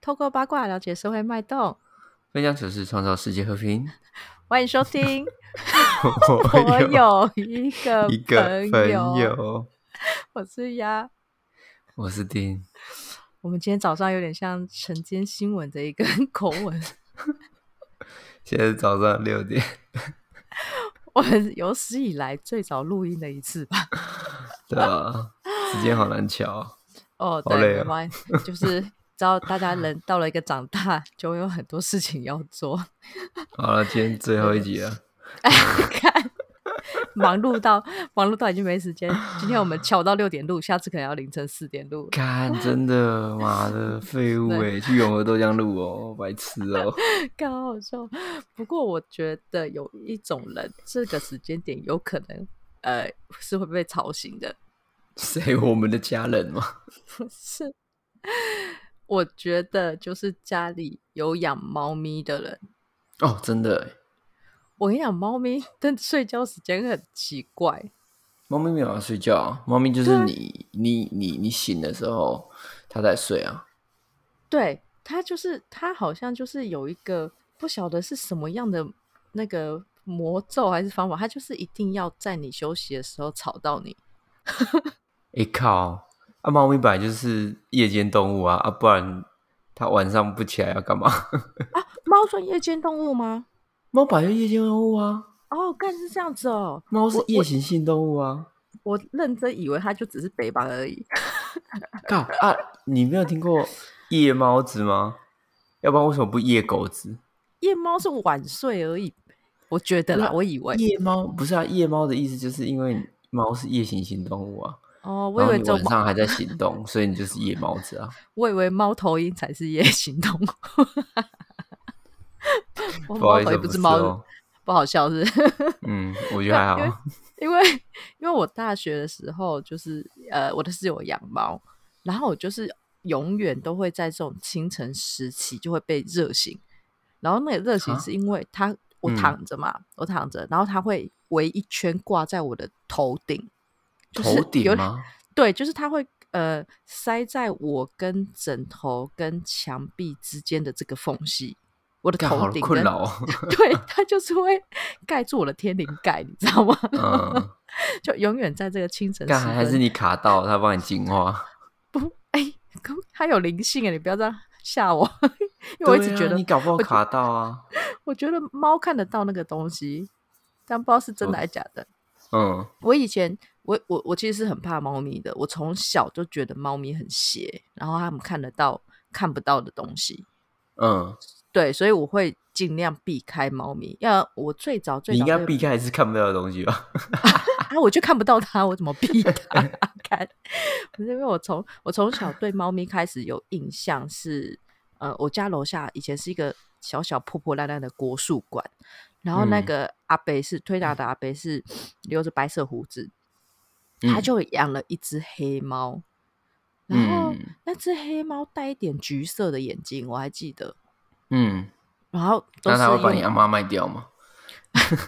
透过八卦了解社会脉动。分享糗事，创造世界 和平。欢迎收听。我 我有一个 一个朋朋友，友，我是鸭。我是丁。我们今天早上有点像晨间新闻的一个口吻， 现在是早上六点，我们有史以来最早录音的一次吧。对啊，时间好难瞧哦。哦，好累对，没啊关系，就是知道大家人到了一个长大，就会有很多事情要做。好了，今天最后一集了，看，忙碌到忙碌到已经没时间。今天我们巧到六点录，下次可能要凌晨四点录。干，真的，妈的，废物哎、对去永和豆浆路哦，白痴哦。刚好笑。 不过我觉得有一种人，这个时间点有可能呃是会被吵醒的，谁？我们的家人吗？是。我觉得就是家里有养猫咪的人，哦，真的、欸，我跟你讲，猫咪 的睡觉时间很奇怪，猫咪没有要睡觉、啊，猫咪就是你，你，你，你醒的时候它在睡啊。对，它就是它好像就是有一个不晓得是什么样的那个魔咒还是方法，它就是一定要在你休息的时候吵到你。诶哎靠！啊，猫咪本来就是夜间动物啊，啊，不然它晚上不起来要干嘛？ 猫算夜间动物吗？猫本来就夜间动物啊，哦，干是这样子哦，猫是夜行性动物啊。我认真以为它就只是北方而已。靠啊！你没有听过夜猫子吗？要不然为什么不夜狗子？夜猫是晚睡而已，我觉得啦，那我以为夜猫不是啊，夜猫的意思就是因为猫是夜行性动物啊，哦，我然以后为你这晚猫，上 还在行动，所以你就是夜猫子啊。我以为猫头鹰才是夜行 动 物。我不好猫意头思，鹰不是是猫，哦。不好笑是不是？嗯，我觉 得还好。因为因为我大学的时候就是呃，我的室友养猫，然后我就是永远都会在这种清晨时期就会被热醒，然后那个热醒啊是因为它我嗯躺着嘛，我躺着，然后它会围一圈挂在我的头顶，就是头有顶点吗？对，就是它会呃塞在我跟枕头跟墙壁之间的这个缝隙。我的干好头顶困跟扰哦。 对，它就是会盖住我的天灵盖，你知道吗？嗯。就永远在这个清晨时干还还是分。你卡到，他帮你净化。不，哎、可它有灵性啊！你不要这样吓我， 因为我一直对啊觉得，你搞不好卡到啊。 我觉得猫看得到那个东西，但不知道是真的还是假的。嗯，我以前，我我我其实是很怕猫咪的，我从小就觉得猫咪很邪，然后它们看得到看不到的东西，嗯，对，所以我会尽量避开猫咪。要我最早最你早应该被避开还是看不到的东西吧？啊，我就看不到它，我怎么避它？ 看，不是因为我从我从小对猫咪开始有印象是，呃，我家楼下以前是一个小小破破烂烂的国术馆，然后那嗯个阿北是推拿的阿北是留着白色胡子， 他嗯就养了一只黑猫，然后嗯那只黑猫带一点橘色的眼睛，我还记得，嗯，然后都那是他会把用你阿妈卖掉吗？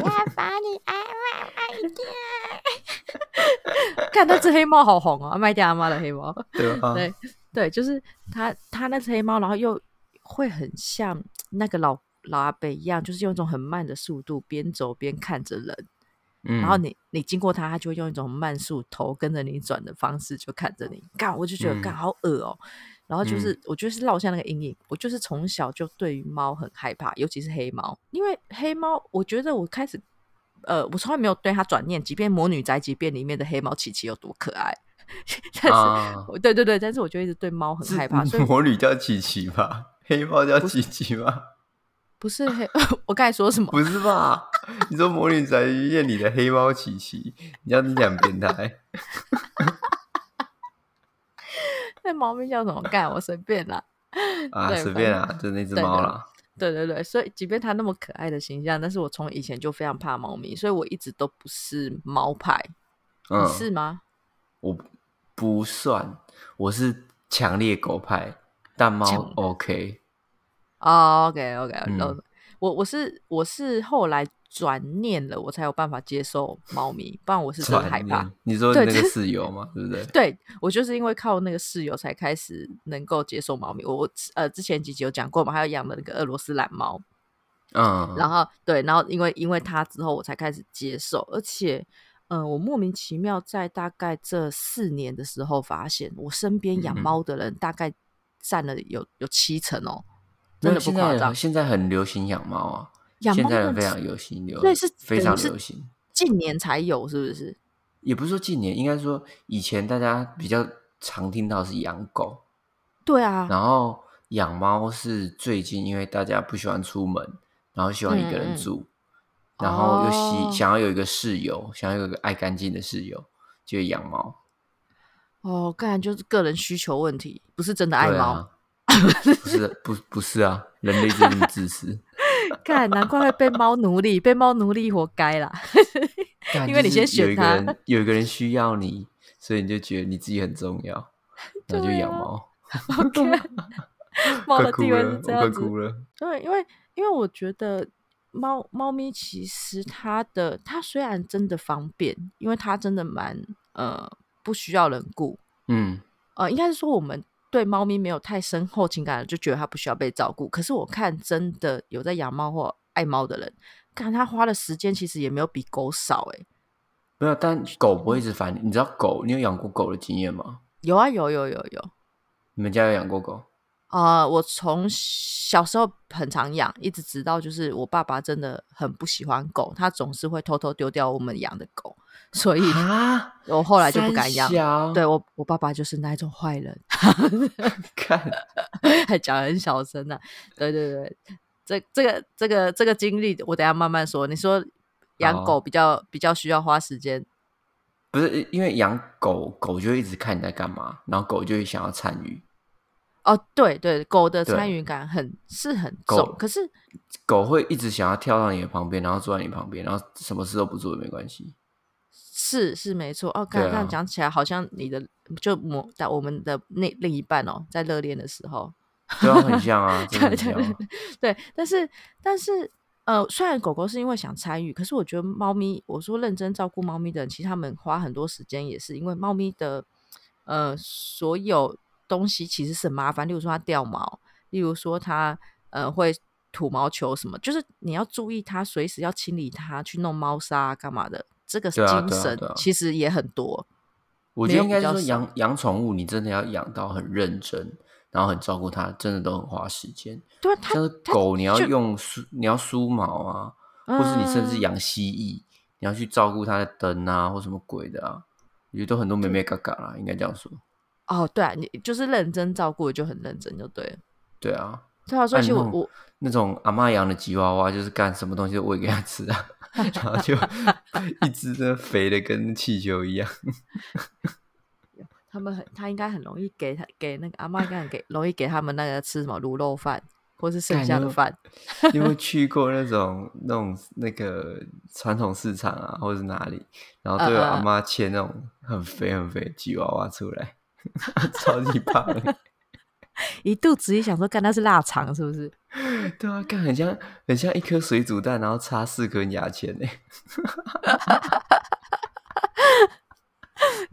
要把你爱爱爱掉。看那只黑猫好红哦，卖掉阿妈的黑猫。对 吧？对对，就是它它那只黑猫，然后又会很像那个老老阿伯一样，就是用一种很慢的速度边走边看着人，嗯，然后你你经过它，它就会用一种慢速头跟着你转的方式就看着你，干我就觉得嗯干好恶哦、然后就嗯是，我就是落下那个阴影。我就是从小就对于猫很害怕，尤其是黑猫，因为黑猫，我觉得我开始，呃，我从来没有对它转念，即便《魔女宅急便》里面的黑猫琪琪有多可爱， 但是 啊，我对对对，但是我就一直对猫是嗯很害怕，所以 魔女叫琪琪吧？黑猫叫琪琪吧？不是黑。 我刚才说什么？不是吧？你说魔女宅急便里的黑猫琪琪，你这样听起来很 变态。那猫咪叫什么？干我随便啦。啊，对随便啊，就那只对猫对啦。对对对，所以即便它那么可爱的形象，但是我从以前就非常怕猫咪，所以我一直都不是猫派。嗯你，是吗？我不算，我是强烈狗派，但猫强 OK。哦、o k OK，嗯我我是我是后来转念了，我才有办法接受猫咪，不然我是真的害传怕念。。你说对那个这室友嘛，对不对？对我就是因为靠那个室友才开始能够接受猫咪。我我呃之前几集有讲过嘛，还有养的那个俄罗斯蓝猫，嗯，然后对，然后因为因为它之后我才开始接受，而且嗯、呃我莫名其妙在大概这四年的时候发现，我身边养嗯猫的人大概占了有有七成哦，没真有的不现夸在张。现在很流行养猫啊，养现猫在的人人非是常流行，流对是非等于常是流行。近年才有，是不是？也不是说近年，应该说以前大家比较常听到是养狗，对啊，然后养猫是最近因为大家不喜欢出门，然后喜欢一个嗯嗯人住，然后又喜、哦想要有一个室友，想要有一个爱干净的室友，就养猫。哦，干就是个人需求问题，不是真的爱对猫。啊， 不是不不是啊，人类就是这么自私。看，难怪会被猫奴隶，被猫奴隶活该 啦。干因为就你先是选有一个它人，有一个人需要你，所以你就觉得你自己很重 要，那就对养啊猫。 猫快的哭地位了是这我样快子。哭了。对，因为因为我觉得猫猫咪其实它的它虽然真的方便，因为它真的蛮呃不需要人顾，嗯，呃，应该是说我们对猫咪没有太深厚情感了，就觉得它不需要被照顾。可是我看真的有在养猫或爱猫的人，看他花的时间其实也没有比狗少欸诶、没有，但狗不会一直烦你。你知道狗，你有养过狗的经验吗？有啊，有有有有。你们家有养过狗？啊，我从小时候很常养，一直直到就是我爸爸真的很不喜欢狗，他总是会偷偷丢掉我们养的狗，所以啊，我后来就不敢养。养对，我，我爸爸就是那一种坏人， 看，还讲得很小声呢、对对对，这这个这个这个经历，我等一下慢慢说。你说养好狗比较比较需要花时间，不是因为养狗，狗就会一直看你在干嘛，然后狗就会想要参与。哦，对对，狗的对参与感很是很狗重，可是狗会一直想要跳到你的旁边，然后坐在你旁边，然后什么事都不做也没关系。是是没错哦，刚对这样啊讲起来，好像你的就我但我们的那另一半哦，在热恋的时候，对啊，很像 啊，真的对很对像啊、对对，但是但是呃，虽然狗狗是因为想参与，可是我觉得猫咪，我说认真照顾猫咪的人，其实他们花很多时间也是因为猫咪的呃所有东西其实是很麻烦，例如说它掉毛，例如说它呃会吐毛球什么，就是你要注意它，随时要清理它，去弄猫砂啊干嘛的，这个对啊精对啊神对啊其实也很多。我觉得没有应该比较是说少养养宠物，你真的要养到很认真，然后很照顾它，真的都很花时间。对啊，它像是它狗，你要就用梳，你要梳毛啊，或是你甚至嗯养蜥蜴，你要去照顾它的灯啊，或什么鬼的啊，我觉得都很多妹妹嘎嘎啦，应该这样说。哦，对啊，你就是认真照顾，就很认真就对了。对啊，对啊，所以按其实我弄我那种阿妈养的吉娃娃，就是干什么东西都喂给它吃啊， 然后就一只真的肥的跟气球一样。他们很他应该很容易给他给那个阿妈，应该很给容易给他们那个吃什么卤肉饭或是剩干下的就饭。 你有没有去过那种那种那个传统市场啊，或者是哪里，然后都有嗯嗯阿嗯妈切那种很肥很肥的吉娃娃出来， 超级胖的， 一肚子一想说，干那是腊肠是不是？ 对啊，看很像很像一颗水煮蛋，然后插四根牙签呢。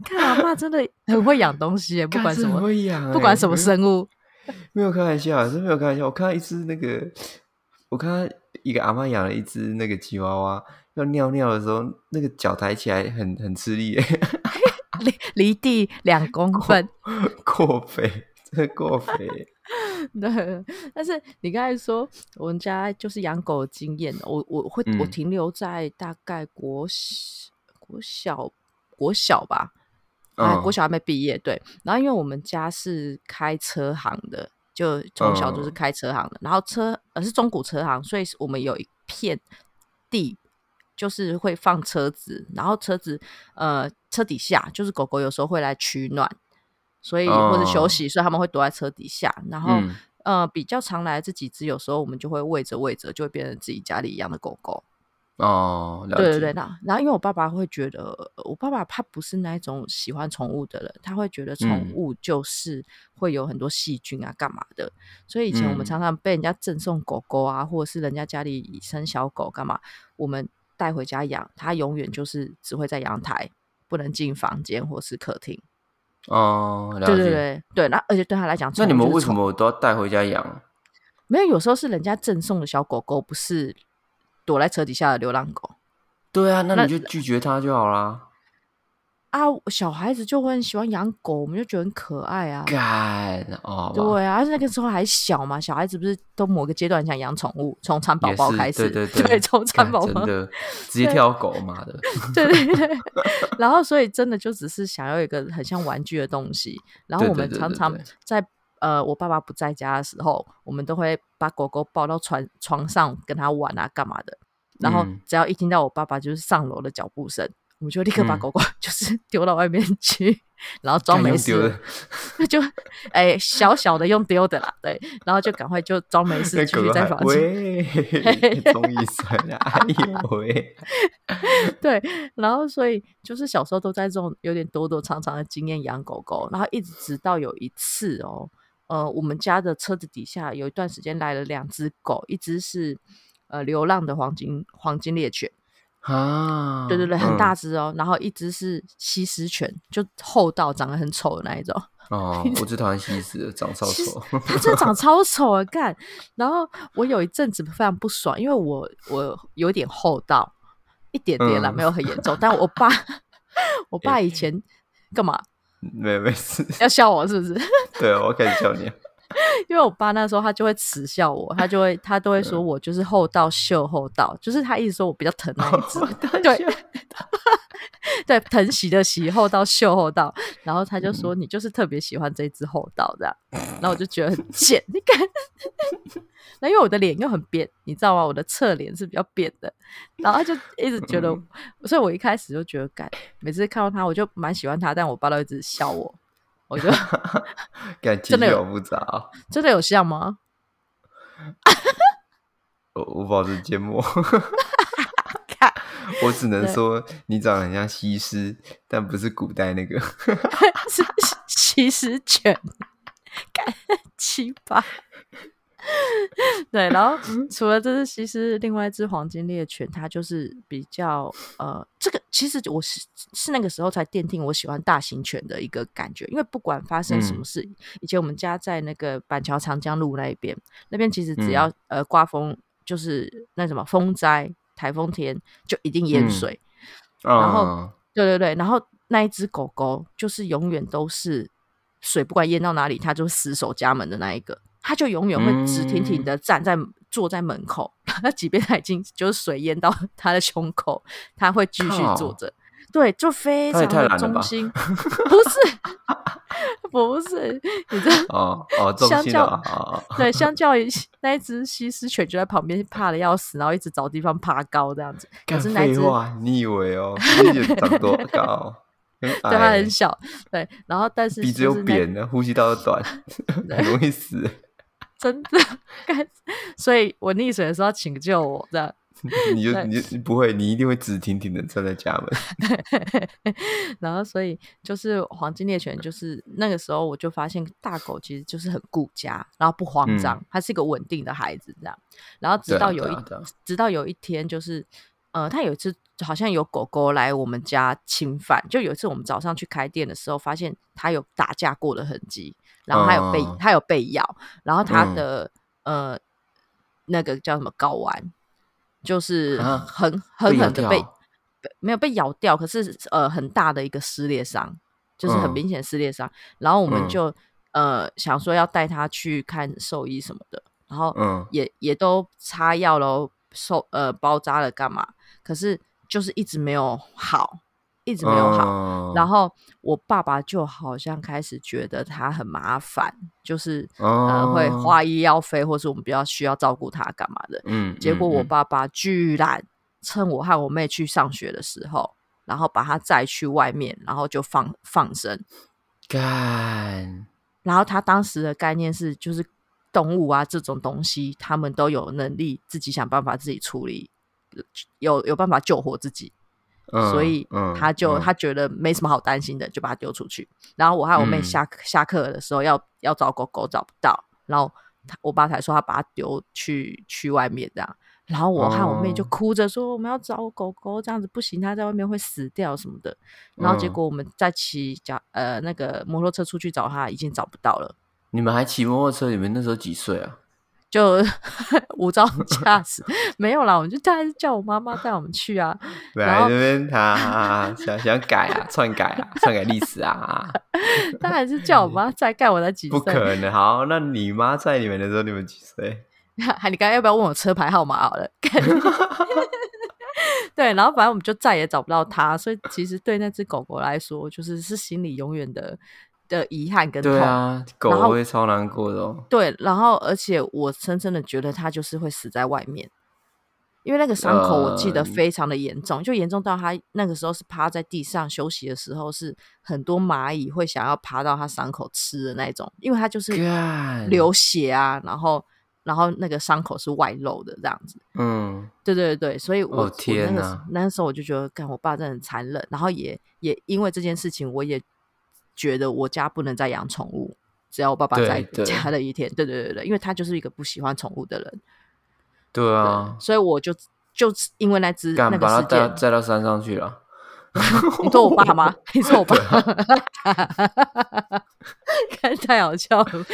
看阿妈真的很会养东西耶，不干管什这很么会养不管欸什么没有生物， 没有开玩笑，是没有开玩笑。我看到一只那个，我看到一个阿妈养了一只那个吉娃娃，要尿尿的时候，那个脚抬起来很很吃力耶，欸离离地两公分。 过肥，真的过肥。欸对，但是你刚才说我们家就是养狗的经验，我我会、我嗯停留在大概国小国小国小吧，啊，国嗯小还没毕业，对。然后因为我们家是开车行的，就从小就是嗯开车行的，然后车呃是中古车行，所以是我们有一片地。就是会放车子，然后车子呃车底下就是狗狗有时候会来取暖，所以、或者休哦息，所以他们会躲在车底下。 然后、嗯呃比较常来这几只，有时候我们就会喂着喂着就会变成自己家里养的狗狗。哦，了对对解对，那然后因为我爸爸会觉得，呃我爸爸他不是那一种喜欢宠物的人，他会觉得宠嗯物就是会有很多细菌啊，干嘛的。所以以前我们嗯常常被人家赠送狗狗啊，或者是人家家里生小狗干嘛，我们带回家养，它永远就是只会在阳台，不能进房间或是客厅。哦，了对解。对对对，那而且对他来讲，那你宠物们就是为什宠么都要带回家养？没有？有时候是人家赠送的小狗狗，不是躲在车底下的流浪狗。对啊，那那你就拒绝他就好啦。啊，小孩子就会很喜欢养狗，我们就觉得很可爱啊。干哦，好吧对啊，而且那个时候还小嘛，小孩子不是都某个阶段想养宠物，从蚕宝也宝是开始，对对对，从蚕干宝宝真，的直接跳狗妈的， 对对对。 然后，所以真的就只是想要一个很像玩具的东西。然后对我对们对常对常对在呃，我爸爸不在家的时候，我们都会把狗狗抱到床床上跟它玩啊，干嘛的。然后嗯只要一听到我爸爸就是上楼的脚步声，我们就立刻把嗯狗狗 就是丢到外面去，然后 装干没用事丢 的，，那 就哎、小小的用丢的啦，对，然后就赶快就装 没事，那继狗续狗在还房间。喂， 终于摔了，哎呦喂，对，然后所以就是小时候都在这种有点躲躲藏藏的经验养狗狗，然后一直直到有一次哦，呃，我们家的车子底下有一段时间来了两只狗，一只是呃流浪的黄金黄金猎犬，啊，对对对，很嗯大只哦，然后一只是西施犬，就厚道长得很丑的那一 种，哦，我最讨厌西施了，长 超其实丑， 它真的长超丑啊！干，然后我有一阵子非常不爽，因为我我有点厚道，一点点啦，嗯没有很严重。但我爸， 我爸以前干嘛没没事，要笑我是不是？对我开始叫 你了，因为我爸那时候他就会耻笑我，他就会他都会说我就是厚道秀厚道，就是他一直说我比较疼那一 只，哦对对，疼惜的惜，厚道秀厚道。然后他就说你就是特别喜欢这只厚道这样，然后我就觉得很贱，你看。 那因为我的脸又很扁，你知道吗？我的侧脸是比较扁的，然后他就一直觉得，所以我一开始就觉得，干，每次看到他我就蛮喜欢他，但我爸都一直笑我，我就 感情真的有好复杂哦，真的有像吗？我我保持缄默。看我只能对说你长得很像西施，但不是古代那个。是七十犬， 干七八。 对，然后嗯除了这只西施，另外一只黄金猎犬，它就是比较呃，这个其实我是是那个时候才奠定我喜欢大型犬的一个感觉，因为不管发生什么嗯事，以前我们家在那个板桥长江路那一边，那边其实只嗯要、呃刮风，就是那什么风灾、台风天，就一定淹嗯水。然后啊，对对对，然后那一只狗狗就是永远都是水不管淹到哪里，它就死守家门的那一个，它就永远会直挺嗯挺的站在、坐在门口， 那即便它已经就是水淹到 它的胸口，它会继续坐靠着。对，就非它也常太的懒了忠吧 心，不是， 不是，你知道哦哦，中相心较了啊！哦对，相较于那一只西施犬就在旁边怕的要死，然后一直找地方爬高这样子。可干是那一废只话，你以为哦？你以为 长多高？很矮对它很欸小，对，然后但是鼻子就又是那扁的，呼吸道又 短，很容易死。 真的干，所以我溺水的时候请救我这样。你就对你就你不会，你一定会直挺挺的站在家门。然后所以就是黄金猎犬，就是那个时候我就发现大狗其实就是很顾家，然后不慌张，它是一个稳定的孩子这样。然后直嗯对啊到有对一、啊对啊直到有一天，就是呃，它有一次好像有狗狗来我们家侵犯，就有一次我们早上去开店的时候，发现它有打架过的痕迹，然后它有被、哦它有被咬，然后它嗯的、呃那个叫什么睾丸。就是啊很被狠咬狠的被掉被没有被咬掉，可是呃很大的一个撕裂伤，就是很嗯明显的撕裂伤。然后我们嗯就、呃想说要带他去看兽医什么的，然后嗯也也都擦药喽，受呃包扎了干嘛？可是就是一直没有好，一直没有好。好然后我爸爸就好像开始觉得他很麻烦，就是、呃会哦花医药费，或是我们比较需要照顾他干嘛的。嗯，结果我嗯爸爸居然趁我和我妹去上学的时候，然后把她载去外面，然后就放放生。干然后他当时的概念是，就是动物啊这种东西，他们都有能力自己想办法自己处理有有办法救活自己，嗯所以嗯他就、嗯他觉得没什么好担心的，就把它丢出去。然后我和我妹嗯下、下课的时候要要找狗狗找不到，然后他我爸才说他把它丢去去外面这样。然后我和我妹就哦哭着说我们要找狗狗，这样子不行，它在外面会死掉什么的。然后结嗯果我们再骑脚呃那个摩托车出去找它，已经找不到了。你们还骑摩托车？你们那时候几岁啊？就 无 照驾驶，没有啦，我们就大概是叫我妈妈带我们去啊。然来后这边他想想改啊，篡改啊，篡改历史 啊，当然是叫我妈再盖我才几不岁。可能。好，那你妈在你们的时候，你们几岁？ 还啊你刚刚要不要问我车牌号码好了？ 干 对，然后反正我们就再也找不到它，所以其实对那只狗狗来说，就是是心里永远的的遗憾跟痛。对啊，然狗后会超难过的哦。对，然后而且我深深的觉得它就是会死在外面，因为那个伤口我记得呃非常的严重，就严重到它那个时候是趴在地上休息的时候，是很多蚂蚁会想要爬到它伤口吃的那种，因为它就是干流血啊，然后然后那个伤口是外露的这样子。嗯，对对对，所以我、哦我天那个时哪那时候我就觉得，干我爸真的很残忍，然后也也因为这件事情，我也觉得我家不能再养宠物，只要我爸爸对在对 家的一天，对对对对，因为他就是一个不喜欢宠物的人，对啊，所以我就就是因为那只那干个把事它带件，带到山上去了。你说我爸吗？你 说我爸？啊 看太好笑了，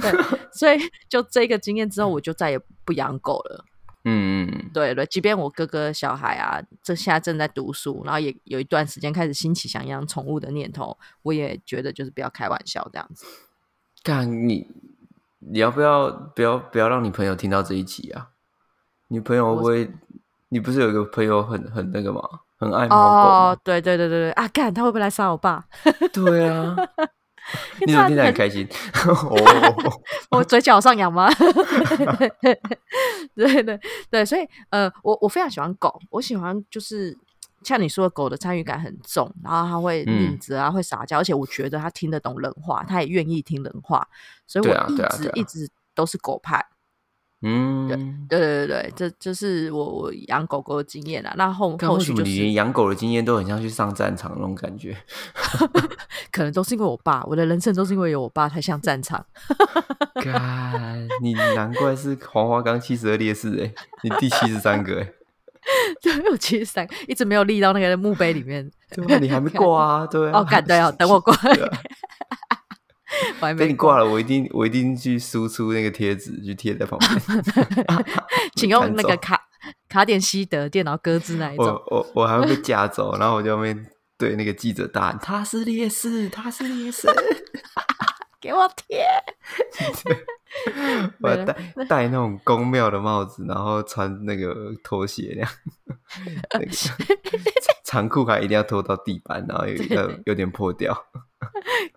对，所以就这个经验之后，我就再也不养狗了。嗯嗯对对，即便我哥哥小孩啊，这现在正在读书，然后也有一段时间开始兴起想养宠物的念头，我也觉得就是不要开玩笑这样子。干你，你要不要不要不要让你朋友听到这一集啊？你朋友会不会？你不是有一个朋友很很那个吗？很爱猫狗哦吗？，对对对对对啊，干他会不会来杀我爸？ 对啊， 因为你怎么他听得很很开心？ 哦， 我嘴角上扬吗？ 对对对，所以呃，我我非常喜欢狗，我喜欢就是像你说的，狗的参与感很重，然后它会嗯拧着啊，会撒娇，而且我觉得它听得懂人话，它也愿意听人话，所以对我啊一直、对啊对啊一直都是狗派。嗯，对对对，对这这是我我养狗狗的经验啦。那后干后为什续么就你是连养狗的经验都很像去上战场那种感 觉？可能都是因为我爸，我的人生都是因为有我爸才像战场。 干，你难怪是黄花岗七十二烈士哎、你第七十 三个哎、对，我其实三一直没有立到那个墓碑里面。对吧？你还没过啊？对啊，哦，干对啊，等我过来，对啊 我还 等没你挂了，了，我一定我一定去输出那个贴纸，去贴在旁边。 请用赶那个走哦卡卡点西德电脑鸽子那一我种。我我还会被架走，然后我就后面对那个记者大喊：“他是烈士，他是烈士给我贴！！”我没要了戴戴那种公庙的帽子，然后穿那个拖鞋那样，那个 长裤还一定要拖到地板，然后有对要有点破掉。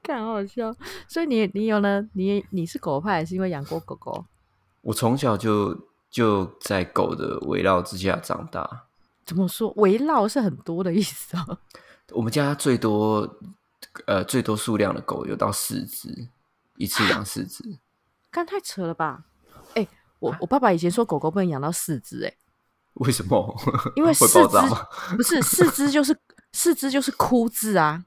看，好好笑。所以你你有呢？你你是狗派，还是因为养过狗狗？我从小就就在狗的围绕之下长大。怎么说？围绕是很多的意思哦。我们家最多呃最多数量的狗有到四只，一次养四只。干太扯了 吧？哎、我我爸爸以前说狗狗不能养到四只， 哎，为什么？ 因为会四爆只炸吗？不是四只就是四只就是枯字啊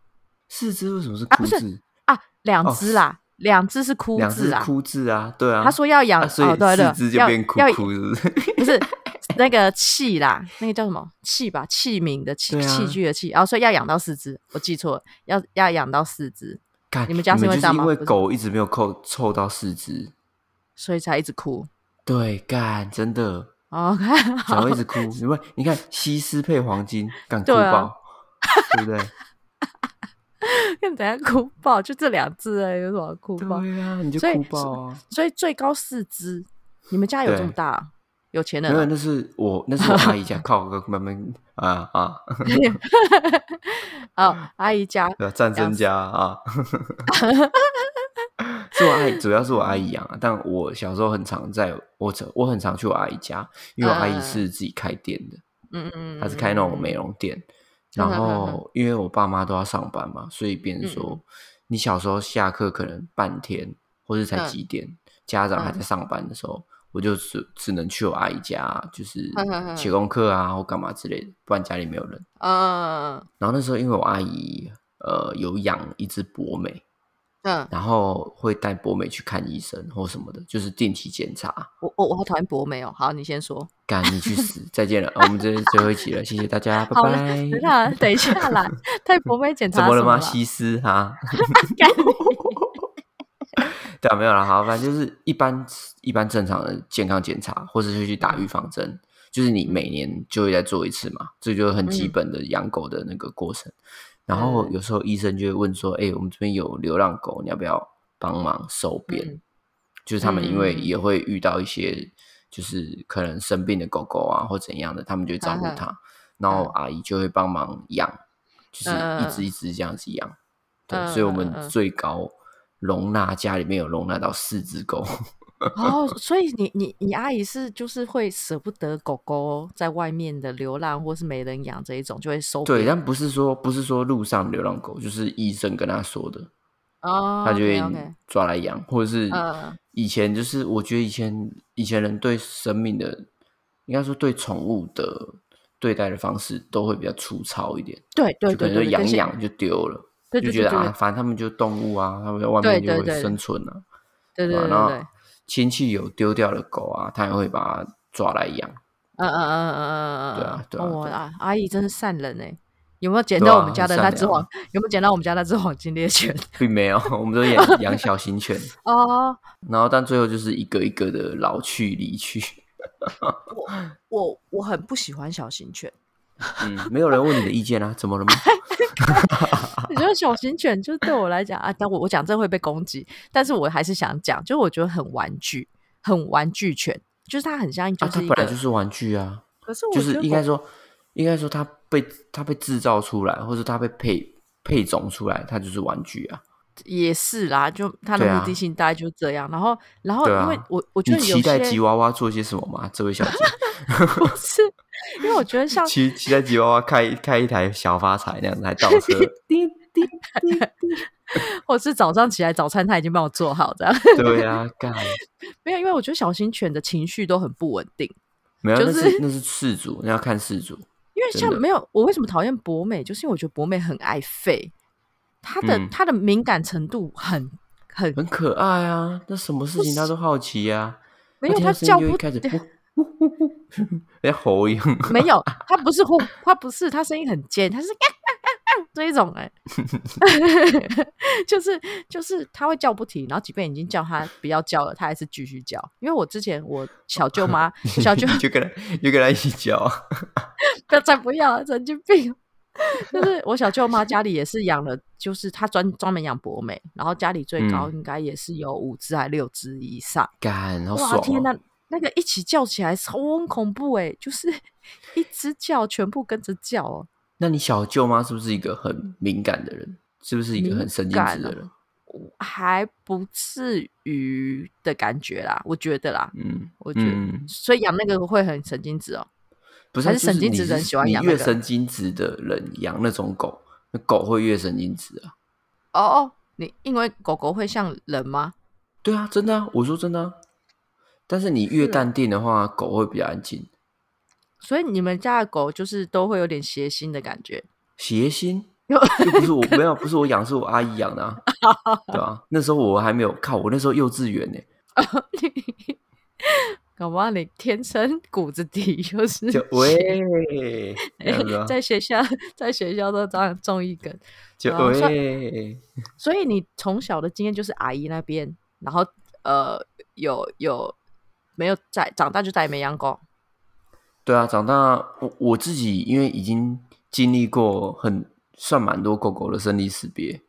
四只为什么是啊枯不是字？啊，两哦只啦，两只是枯两只字是啊。枯字啊，对啊。他说要养、啊，所哦，以对对四，只就要变枯要枯，是不是？不是那个器啦，那个叫什么器吧？器皿的器，对啊器具的器。然、后说要养到四只，我记错了，要要养到四只， 干你们家是因为就这样吗因为不是狗一直没有扣凑到四只，所以才一直哭。对，干真的哦， 看才好会一，直哭。你们你看西施配黄金，干哭对啊 爆，对不对？等下哭爆，就这两只哎，有什么好哭爆？对啊，你就所以哭爆啊！所以最高四只，你们家有这么对大啊、有钱没有，人、啊、那是我，那是我阿 姨家，靠个慢慢啊啊，哦，阿姨家对啊战争家啊， 是我阿姨，主要是我阿姨养啊。但我小时候很常在我我很常去我阿姨家，因为我阿姨嗯是自己开店的，嗯嗯，她是开那种美容店。嗯然哼哼哼后因为我爸妈都要上班嘛，所以变嗯成说，你小时候下课可能半天，或是才嗯几点，家长还嗯在上班的时候，我就只只能去我阿姨家，就是哼哼哼写功课啊或干嘛之类的，不然家里没有人。嗯然后那时候因为我阿姨呃有养一只博美，嗯，然后会带博美去看医生或什么的，就是定期检查。我我我好讨厌博美哦。好，你先说。干你去死！再见了，啊我们这是最后一集了，谢谢大家，拜好了拜。等一下，等一下啦，太博美检查怎么什了么吗？啦西施哈，干对啊，没有了。好，反正就是一般一般正常的健康检查，或者是去打预防针，就是你每年就会再做一次嘛，这就是很基嗯本的养狗的那个过程。然后嗯有时候医生就会问说：“哎、我们这边有流浪狗，你要不要帮忙收编？”嗯就是他们因为嗯也会遇到一些就是可能生病的狗狗啊或怎样的，他们就会照顾嗯哼它，然后阿姨就会帮忙养，就是一嗯只一只这样子养。对，嗯所以我嗯们嗯嗯最高容纳家里面有容纳到四只 狗，哦，所以你你你阿姨是就是会舍不得狗狗在外面的流浪或是没人养这一种，就会收对，编但不是说不是说路上流浪狗，就是医生跟他说的，哦，他就会 OK，OK 抓来养，或者是嗯以前就是我觉得以前以前人对生命的，应该说对宠物的对待的方式都会比较粗糙一点，对对就可对能就对，对养跟一现养就丢了，对就对觉对得对啊，反正他们就动物啊，他们在外对面就对会对生存啊，对对对吧对然对后，亲戚有丢掉的狗啊，他也会把它抓来养。嗯嗯嗯嗯嗯嗯，对啊嗯对哦啊我对啊阿姨真是善人哎，有没有捡对到我啊们家很的善那只良啊黄？有没有捡到我们家那只黄金猎犬？ 并没有，我们都养 养小型犬，哦，然后但最后就是一个一个的老去离去。我我很不喜欢小型 犬，嗯，没有人问你的意见啊，怎么了吗？我觉得小型犬就对我来讲啊，但我我讲这会被攻击，但是我还是想讲，就是我觉得很玩具，很玩具犬，就是它很像啊，就它是一本个，来就是玩具啊，可是我就觉是得应该狗说，应该说它被它被制造出来，或者它被配配种出来，它就是玩具啊。也是啦，就它的对啊目的性大概就是这样，然后然后对因为啊我、我觉你得有期待些吉娃娃做些什么吗？这位小姐， 不是， 因为我觉得像期期待吉娃娃开开一台小发财那样子，还倒 车，叮叮叮，或者是早上起来早餐它已经帮我做好这样， 对啊，干，没有，因为我觉得小型犬的情绪都很不稳定。没有，就那是是那是事主，那要看事主。因为真像的没有我为什么讨厌博美，就是因为我觉得博美很爱吠，她的嗯她、的敏感程度很很很可爱啊，那什么事情他都好奇啊。没有听她到声叫音就不会开始呼呼呼呼，像吼一样。 没有她不是呼她不是她声音很尖，她是这一种哎、 就是就是她会叫不停，然后即便已经叫她不要叫了，她还是继续叫。因为我之前我小舅妈小舅你就跟他，你就跟他一起叫啊。不要再不要了，神经 病。就是我小舅妈家里也是养了，就是她专专门养博美，然后家里最高嗯应该也是有五只还六只以上。 干，好哇，天爽呐，哦！那个一起叫起来超恐怖哎、就是 一只叫全部跟着叫哦。那你小舅妈是不是一个很敏感的人？是不是一个很神经质的敏人？还不至于的感觉啦，我觉得啦，嗯，我觉得，嗯所以养那个会很神经质哦。不是啊，还是就神经你质是人喜欢你养那越个神经质的人养那种狗，那狗会越神经质啊。哦哦，你因为狗狗会像人吗？对啊，真的啊，我说真的啊。但是你越是啊淡定的话，狗会比较安静。所以你们家的狗就是都会有点邪心的感觉。谐星 又又不是我没有，不是我养，是我阿姨养 的、啊，对吧、那时候我还没有靠，我那时候幼稚园呢、搞不好你天生 骨子里就是 就喂，这样子啊，在学校在学校都这样中一梗，就然后算喂，所以你从小的经验就是阿姨那边，然后呃有有没有在长大就再也没养狗，对啊，长大我我自己因为已经经历过很算蛮多狗狗的生离死别，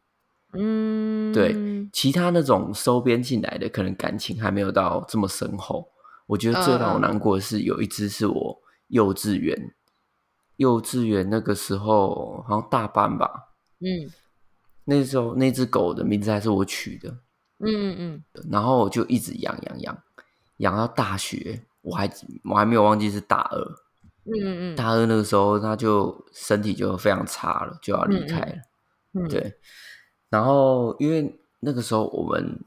嗯，对其他那种收编进来的，可能感情还没有到这么深厚。我觉得最让嗯我嗯嗯难过的是，有一只是我幼稚园，幼稚园那个时候好像大班吧，嗯那时候那只狗的名字还是我取的，嗯嗯然后我就一直养养养，养到大学，我还我还没有忘记是大二，嗯嗯大二那个时候它就身体就非常差了，就要离开了。嗯，，对，然后因为那个时候我们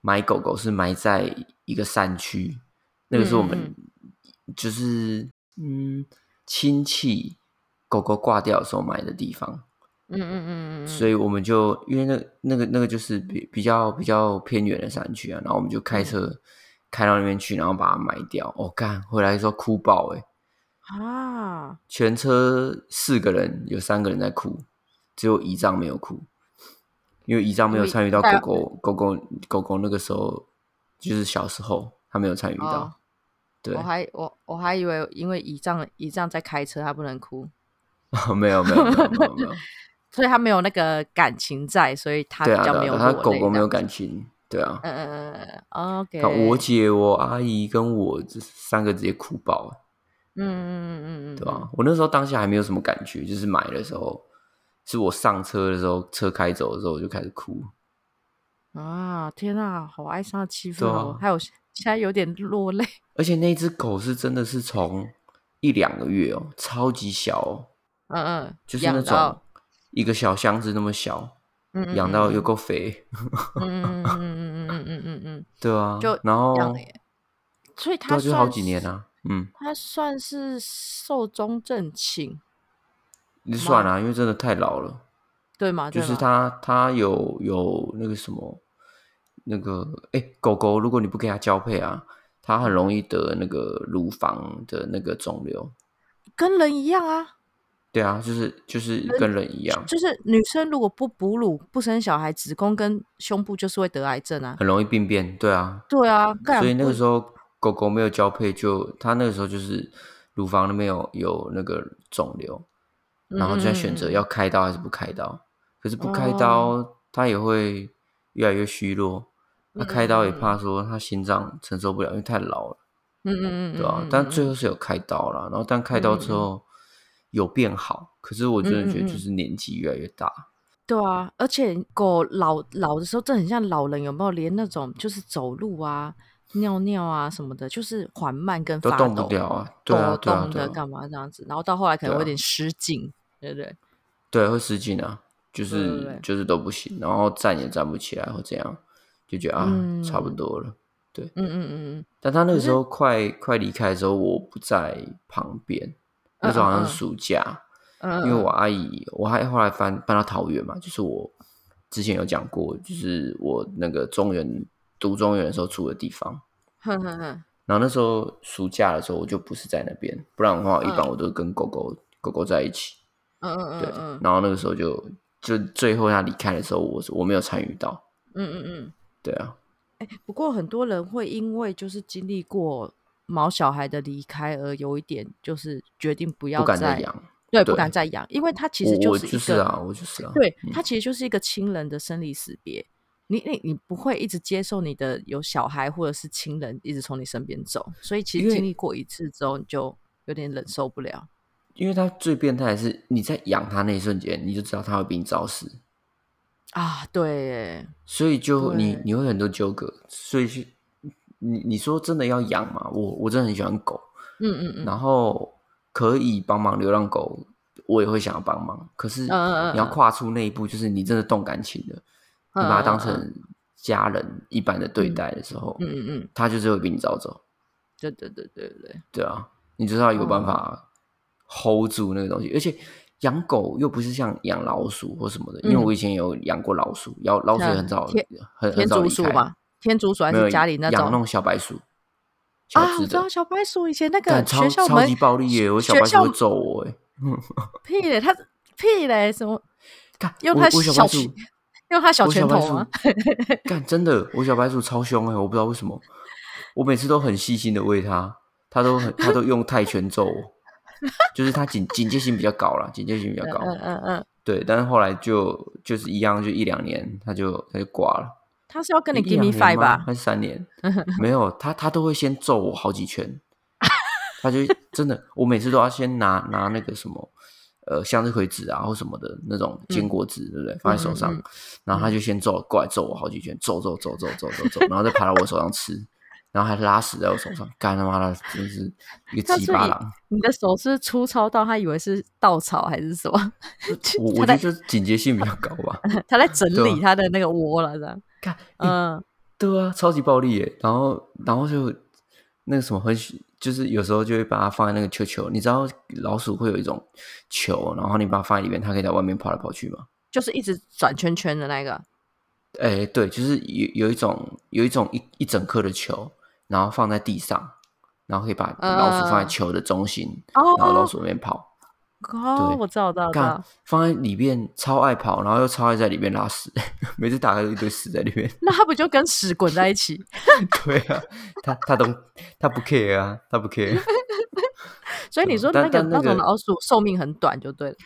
买狗狗是埋在一个山区，那个是我嗯们就是嗯亲戚狗狗挂掉的时候买的地方，嗯嗯嗯嗯所以以我们就因为那那个那个就是比比较比较偏远的山区啊，然后我们就嗯开车开到那边去，然后把它买掉。我、干，回来的时候哭爆哎、啊，全车四个人有三个人在哭，只有姨丈没有哭，因为姨丈没有参与到因为狗狗狗狗狗狗那个时候就是小时候他没有参与到，哦对我，还我我还以为因为姨丈姨丈在开车，他不能哭， 没有没有没有没有没有，所以他没有那个感情在，所以 他比对啊较对没啊对有啊，落他泪狗狗没这有样感情，对啊，嗯嗯嗯嗯，OK 看。我姐、我阿姨跟我这三个直接哭爆了，嗯嗯嗯嗯嗯，对吧、啊我那时候当下还没有什么感觉，就是买的时候，是我上车的时候，车开走的时候我就开始哭。啊，天啊，好哀伤的气氛对哦啊，还有现在有点落泪。而且那只狗是真的是从一两个月哦，超级小哦，嗯嗯，就是养那种到一个小箱子那么小，嗯嗯养到嗯又够肥，嗯嗯嗯嗯嗯嗯嗯 嗯对啊，就然后养了耶嗯，所以对他啊，就算好几年是，啊，嗯，他算是寿终正寝，你算啊，因为真的太老了。对吗？就啊对是吗，它它有有那个什么那个哎、狗狗，如果你不给它交配啊，它很容易得那个乳房的那个肿瘤。跟人一样啊，对啊，就是就是跟跟人一样，就是女生如果不哺乳、不生小孩，子宫跟胸部就是会得癌症啊。很容易病变。对啊，对啊，所以那个时候候狗狗没有交配就，它那个时候就是乳房那边有有那个肿瘤，然后就在嗯选择要开刀还是不开刀。可是不开哦刀，它也会越来越虚弱。那开刀也怕说它心脏承受不了，因为太老了。嗯嗯嗯，对啊嗯，但嗯最后是有开刀啦，然后但开刀之后有变好，可是我真的觉嗯嗯得嗯就是年纪越来越大，对啊，而且狗老老的时候，真的很像老人，有没有？连那种就是走路啊、尿尿啊什么的，就是缓慢跟都发动不抖，了啊，对啊，抖对啊，动对的啊，干嘛这样子？然后到后来可能对啊会有点失禁，对不对？对，会失禁啊，就对对对是就是都不行，然后站也站不起来或怎样，就觉得啊嗯差不多了。嗯嗯嗯嗯，但他那个时可候快快离开的时候，我不在旁边，那时候好像是暑假，嗯嗯因为我阿姨，我还后来搬搬到桃园嘛，就是我之前有讲过，就是我那个中原读中原的时候住的地方。哼哼哼，然后那时候暑假的时候，我就不是在那边，不然的话，嗯一般我都跟狗狗、狗狗在一起。嗯嗯对，嗯然后那个时候就就最后他离开的时候，我是我没有参与到。嗯嗯嗯。对啊，不过很多人会因为就是经历过毛小孩的离开而有一点就是决定不要不敢再养，养。对，对不敢再养，因为它其我实我是一就个，是啊，我就是啊。对，它其实就是一个亲人的生离死别。你你你不会一直接受你的有小孩或者是亲人一直从你身边走，所以其实因为经历过一次之后，你就有点忍受不了。因为他最变态的是，你在养他那一瞬间，你就知道他会比你早死，啊，对耶，所以就对你你会很多纠葛。所以是你你说真的要养嘛？我我真的很喜欢狗，嗯嗯嗯，然后可以帮忙流浪狗，我也会想要帮忙。可是嗯嗯嗯你要跨出那一步，就是你真的动感情的，嗯你把它当嗯成家人一般的对待的时候，嗯嗯嗯，它就是会比你早走，对对对对对，对啊，你就是要有嗯办法 hold 住那个东西，而且。养狗又不是像养老鼠或什么的，因为嗯我以前有养过老鼠，养老鼠也很早天，很很天早竺离鼠开，嘛，天竺鼠还没有是家里那养那种种小白鼠，小啊，我只知的道，小白鼠以前那个干超学校超门级暴力耶！我小学白鼠校会揍我哎！屁嘞，它屁嘞，什么干用我它我小白小鼠，拳用它小我拳小白头鼠吗？ 干真的，我小白鼠超凶哎！我不知道为什么，我每次都很细心的喂它，它都很它都用泰拳揍我，就是它警警戒心比较高啦，警戒心比较高。嗯嗯嗯，对，但是后来就就是一样，就一两年，它就它就挂了。它是要跟你一 give 两 me 年 five 吗吧？还是三年？没有，他他都会先揍我好几拳，他就真的，我每次都要先拿拿那个什么，呃，向日葵籽啊或什么的那种坚果籽，对不对？放在手上，嗯嗯然后他就先揍过来揍我好几拳，揍揍揍揍揍揍揍，然后再爬到我手上吃，然后还拉屎在我手上，干他妈的，真是一它个鸡所巴以狼！你的手是粗糙到他以为是稻草还是什么？呃 我我他觉得在这警戒性比较高吧。他在整对啊理他的那个窝了，这样。看，嗯对啊，超级暴力耶！然后，然后就那个什么很喜，就是有时候就会把它放在那个球球，你知道老鼠会有一种球，然后你把它放在里面，它可以在外面跑来跑去吗？就是一直转圈圈的那一个。哎、对，就是有有一种有一种一一整颗的球，然后放在地上，然后可以把嗯老鼠放在球的中心，哦然后老鼠那边跑，哦对，我知道，我知道，我知干道。放在里面超爱跑，然后又超爱在里面拉屎， 每次打开就一堆屎在里面。 那它不就跟屎滚在一起？ 对啊，他他都他不 care 啊，他不 care。所以你嗯说但那个但那那种个老鼠寿命很短就对了。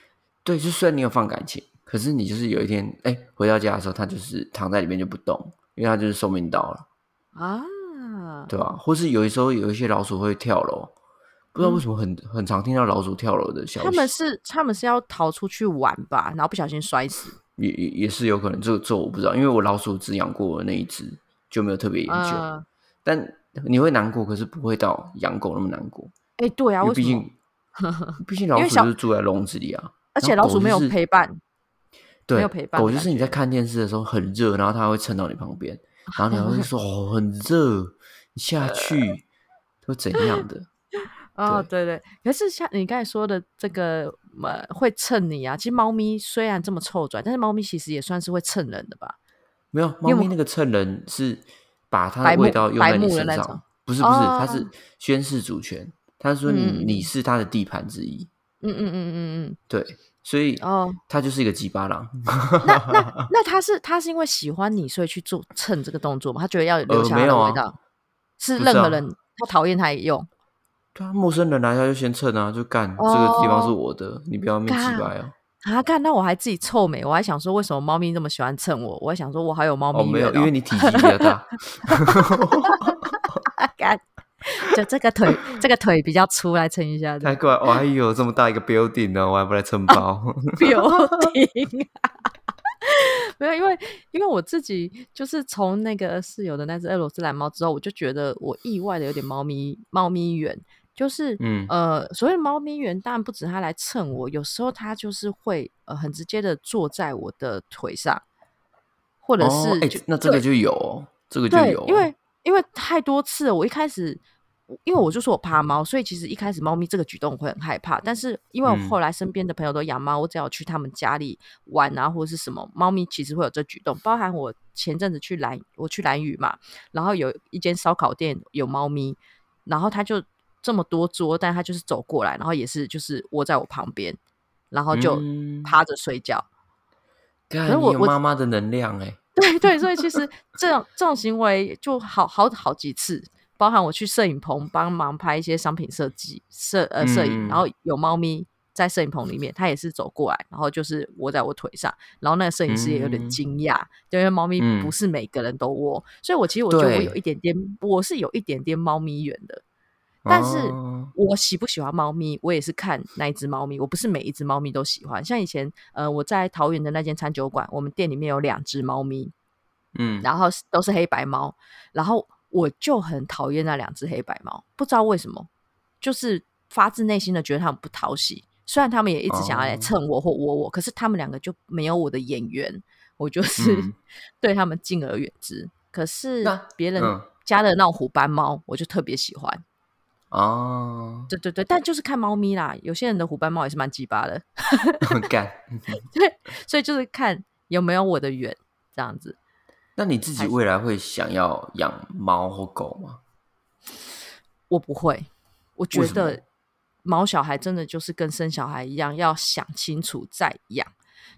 对，就虽然你有放感情，可是你就是有一天，哎、回到家的时候，它就是躺在里面就不动，因为它就是寿命到了，啊，对吧、或是有时候有一些老鼠会跳楼，不知道为什么很、很常听到老鼠跳楼的消息，他们是他们是要逃出去玩吧，然后不小心摔死。也也也是有可能，这这我不知道，因为我老鼠只养过那一只，就没有特别研究。嗯，但你会难过，可是不会到养狗那么难过，哎，对啊，因为为毕什么？ 竟毕竟老因为鼠小就是住在笼子里啊，而且然后老鼠狗没有就是陪伴，对，没有陪伴狗的就感是你在看电视的时候很热，然后它会蹭到你旁边，然后你还 会说哦很热，你下呃去会怎样的？哦，对对，可是像你刚才说的这个呃，会蹭你啊。其实猫咪虽然这么臭拽，但是猫咪其实也算是会蹭人的吧？没有，有猫没咪那个蹭人是把它白的目味道用白在你目的身那种上，不是不是，它哦是宣示主权，它说嗯你嗯你是它的地盘之一，嗯嗯嗯嗯 对，所以嗯。哦，它就是一个鸡巴狼，那那那它是它是因为喜欢你，所以去做蹭这个动作吗？它觉得要留呃下没它的有味啊道，是不任是何啊人它讨厌它也用。对啊，陌生人来它就先蹭啊，就干这个地方是哦我的，你不要面鸡干巴哦。啊，干！那我还自己臭美，我还想说为什么猫咪这么喜欢蹭我？我还想说我还有猫哦，咪没缘有，因为你你体积比较 大。干，就这个腿这个腿比较粗，来蹭一下太的。怪！哦，哎呦，这么大一个 building 呢，我还不来承 包。标定啊， 没有，因为因为我自己就是从那个室友的那只俄罗斯蓝猫之后，我就觉得我意外的有点猫咪猫咪缘，就是嗯呃，所谓猫咪缘，当然不止它来蹭我，有时候它就是会呃很直接的坐在我的腿上，或者哦，是哎、就那这个就有哦，这个就对有哦，，因为因为太多次了，我一开始因为我就说我怕猫，所以其实一开始猫咪这个举动我会很害怕。但是因为我嗯后来身边的朋友都养猫，我只要去他们家里玩啊或者是什么，猫咪其实会有这举动。包含我前阵子去兰我去兰屿嘛，然后有一间烧烤店有猫咪，然后它就这么多桌，但它就是走过来，然后也是就是窝在我旁边，然后就嗯趴着睡觉。可是看你我有我妈妈的能量哎、 对对，所以其实这种这种行为就好好好几次，包含我去摄影棚帮忙拍一些商品设计摄呃摄影，嗯然后有猫咪在摄影棚里面，它也是走过来，然后就是窝在我腿上，然后那个摄影师也有点嗯惊讶，就因为猫咪嗯不是每个人都窝，所以我其实我觉得我有对一点点，我是有一点点猫咪缘的，但是哦我喜不喜欢猫咪，我也是看那一只猫咪，我不是每一只猫咪都喜欢。像以前，呃，我在桃园的那间餐酒馆，我们店里面有两只猫咪，嗯，然后是都是黑白猫，然后我就很讨厌那两只黑白猫，不知道为什么，就是发自内心的觉得它们不讨喜。虽然他们也一直想要来哦蹭我或窝我，可是他们两个就没有我的眼缘，我就是、 嗯对他们敬而远之。可是那别人嗯家的那种虎斑猫，我就特别喜欢。哦， 对对对，但就是看猫咪啦，有些人的虎斑猫也是蛮鸡巴的，干，所以就是看有没有我的缘这样子。那你自己未来会想要养猫或狗吗？我不会，我觉为什么得毛小孩真的就是跟生小孩一样，要想清楚再养。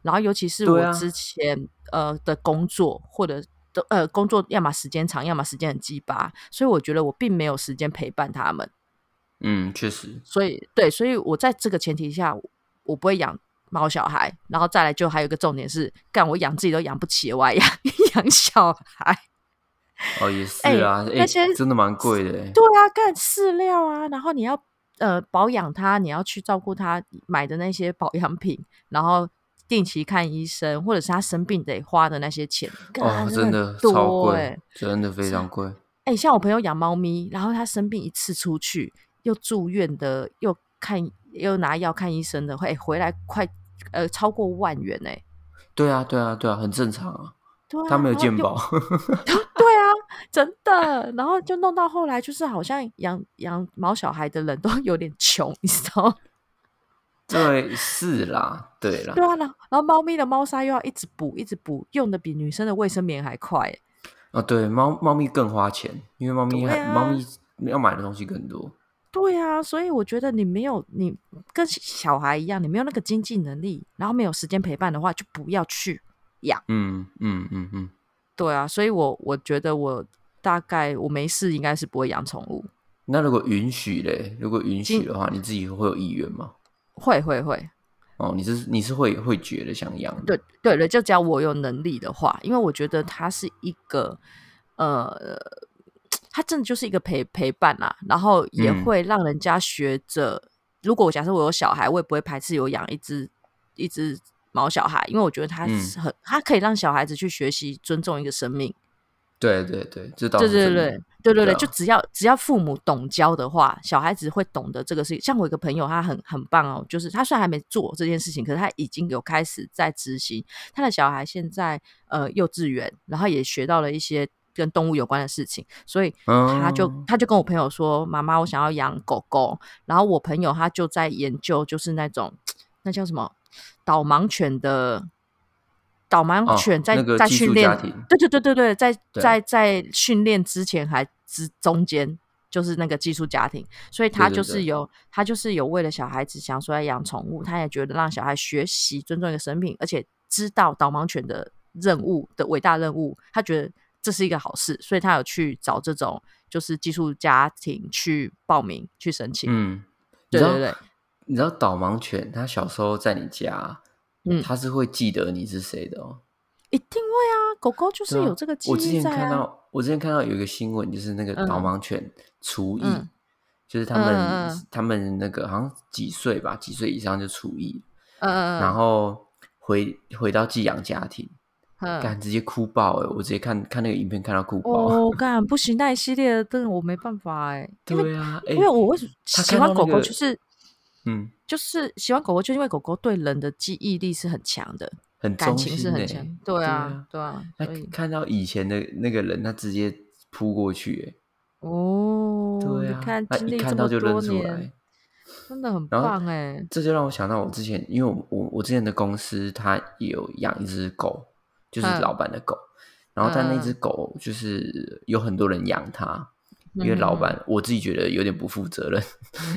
然后，尤其是对啊我之前、呃的工作或者的呃工作，要么时间长，要么时间很鸡巴，所以我觉得我并没有时间陪伴他们。嗯，确实，所以对，所以我在这个前提下，我不会养猫小孩，然后再来就还有一个重点是，干我养自己都养不起，我还 养养小孩。哦，也是哎啊，哎、那些真的蛮贵的、欸，对啊，干饲料啊，然后你要呃保养它，你要去照顾它，买的那些保养品，然后定期看医生，或者是它生病得花的那些钱，干哦，真的很超多哎、贵，真的非常贵，哎、像我朋友养猫咪，然后他生病一次出去，又住院的，又看又拿药看医生的，会、回来快呃超过万元哎、对啊，对啊，对啊，很正常啊，对啊，它没有然后健又保，对啊，真的。然后就弄到后来，就是好像养养毛小孩的人都有点穷，你知道吗？ 对，是啦，对啦对，啊，然后然后猫咪的猫砂又要一直补，一直补，用的比女生的卫生棉还快。啊，对，猫猫咪更花钱，因为猫咪对还啊猫咪要买的东西更多。对啊，所以我觉得你没有你跟小孩一样，你没有那个经济能力，然后没有时间陪伴的话，就不要去养。嗯嗯嗯嗯，对啊，所以我我觉得我大概我没事应该是不会养宠物，那如果允许嘞，如果允许今的话，你自己会有意愿吗？会会会，哦，你是你是会会觉得想养的，对对了，就只要我有能力的话，因为我觉得它是一个呃，它真的就是一个陪陪伴啦、然后也嗯会让人家学着。如果我假设我有小孩，我也不会排斥有养一只一只毛小孩，因为我觉得它嗯是很，它可以让小孩子去学习尊重一个生命。对对对，这倒对是对真的对对对对对，啊就只要只要父母懂教的话，小孩子会懂得这个事情。像我一个朋友，他很很棒哦，就是他虽然还没做这件事情，可是他已经有开始在执行。他的小孩现在呃幼稚园，然后也学到了一些跟动物有关的事情，所以他就、嗯他就跟我朋友说：“妈妈，我想要养狗狗。”然后我朋友他就在研究，就是那种那叫什么导盲犬的导盲哦犬在、那个在寄训宿练家庭，对对对对对，在对在在训练之前还之中间。就是那个寄宿家庭，所以他对对就是对有他就是有为了小孩子想说要养宠物，他也觉得让小孩学习尊重一个生命，而且知道导盲犬的任务的伟大任务，他觉得这是一个好事，所以他有去找这种就是寄宿家庭去报名去申请。嗯，你对知道对对，你知道导盲犬它小时候在你家，嗯它是会记得你是谁的哦。一定会啊，狗狗就是对啊有这个记我之忆前在看啊。到，我之前看到有一个新闻，就是那个嗯导盲犬厨艺，嗯就是他们、嗯嗯嗯他们那个好像几岁吧，几岁以上就厨艺，嗯然后回回到寄养家庭，嗯嗯，敢直接哭爆哎、我直接看看那个影片看到哭爆。哦，干不行，那一系列的真的我没办法哎、因为、对啊，哎、因为我为什么他喜看欢到那狗狗个就是。嗯，就是喜欢狗狗，就因为狗狗对人的记忆力是很强的，很感忠情心是哎、很强。对啊，对啊，那所以看到以前的那个人，他直接扑过去、欸，哦，对啊你看，他经一历看这到么就认多出来年，，真的很然后棒哎。这就让我想到我之前，因为我我我之前的公司它也有养一只狗，就是嗯老板的狗，然后但那只嗯狗就是有很多人养它，因为嗯老嗯板我自己觉得有点不负责任，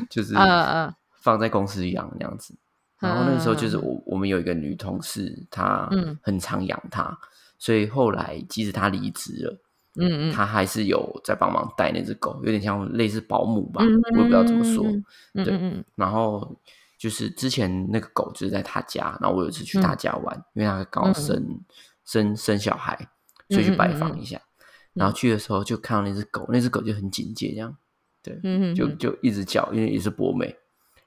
就是嗯嗯放在公司养那样子。然后那时候就嗯是嗯嗯我我们有一个女同事，她嗯很常养它，所以后来即使她离职了。嗯嗯他还是有在帮忙带那只狗，有点像类似保姆吧，嗯我也不知道怎么说。嗯嗯对嗯嗯然后就是之前那个狗就是在他家，然后我有一次去嗯他家玩，因为他刚好生、生生小孩，嗯所以去拜访一下。然后去的时候就看到那只狗，那只狗就很警戒，这样对，嗯嗯，就就一直叫，因为也是博美。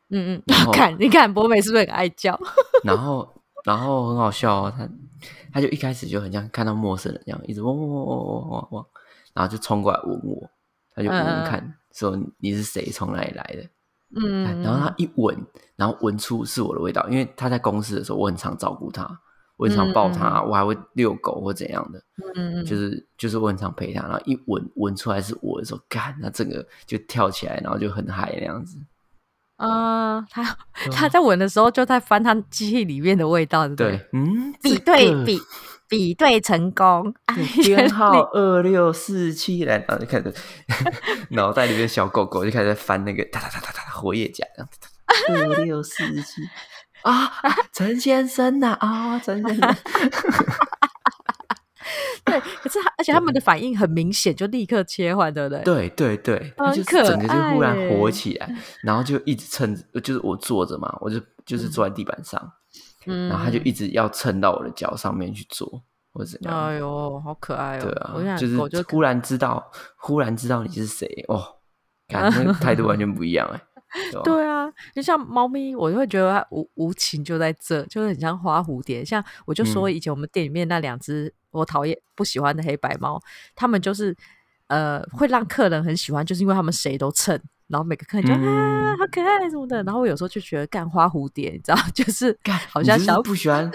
嗯然后嗯，看你看博美是不是很爱 叫？然后然后很好笑哦，他他就一开始就很像看到陌生人一样，一直汪汪汪汪汪汪汪，然后就冲过来吻我，他就闻嗯嗯嗯闻看，说你是谁，从哪里来的？嗯，哎然后他一闻，然后闻出是我的味道，因为他在公司的时候，我很常照顾他，我很常抱他，我还会遛狗或怎样的，嗯嗯就是就是我很常陪他。然后一闻闻出来是我的时候，干，他整个就跳起来，然后就很嗨那样子。啊，他对啊他在闻的时候就在翻他记忆里面的味道，对不对，嗯，比这对个比比对成功，啊哎，编号二六四七来，然后就开始脑袋里面小狗狗就开始在翻那个哒哒哒哒哒活页夹，这样二六四七啊，啊陈先生呐啊，陈先生，对，可是他，而且他们的反应很明显，就立刻切换，对不对？对对对，他很就是可整个就忽然爱活耶 起来，然后就一直蹭，就是我坐着嘛，我就就是坐在地板上，嗯，然后他就一直要蹭到我的脚上面去坐，或者怎样，哎呦，好可爱哦！对我想啊，狗是就忽然知道，忽然知道你是谁哦， 感那个态度完全不一样哎、对吧对啊，就像猫咪，我就会觉得它无无情就在这，就是很像花蝴蝶。像我就说，嗯以前我们店里面那两只我讨厌不喜欢的黑白猫，它们就是呃会让客人很喜欢，就是因为他们谁都蹭，然后每个客人就、啊嗯好可爱什么的。然后我有时候就觉得干花蝴蝶，你知道，就是 干好像你就想是要不喜欢，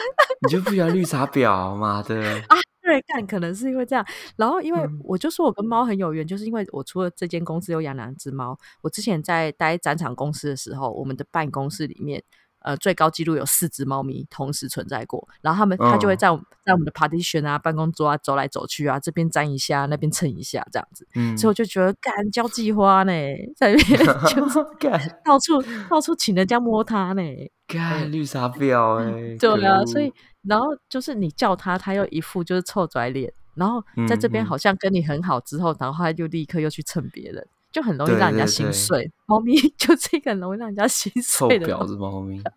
你就不喜欢绿茶婊嘛的， 啊，对对，干可能是因为这样。然后因为我就说我跟猫很有缘，就是因为我除了这间公司有养两只猫，我之前在待展场公司的时候，我们的办公室里面。呃，最高纪录有四只猫咪同时存在过，然后他们它就会在我们、在我们的 partition 啊、办公桌啊走来走去啊，这边站一下，那边蹭一下这样子，嗯， 所以我就觉得干交际花呢，在那边 就是干到处到处请人家摸它呢，干绿茶 婊哎、嗯对可啊恶，所以然后就是你叫它，它又一副就是臭拽脸，然后在这边嗯嗯好像跟你很好之后，然后它就立刻又去蹭别人，就很容易对让人家对心对碎。猫咪 就是一个很容易让人家心臭碎的东婊西，子猫咪，啊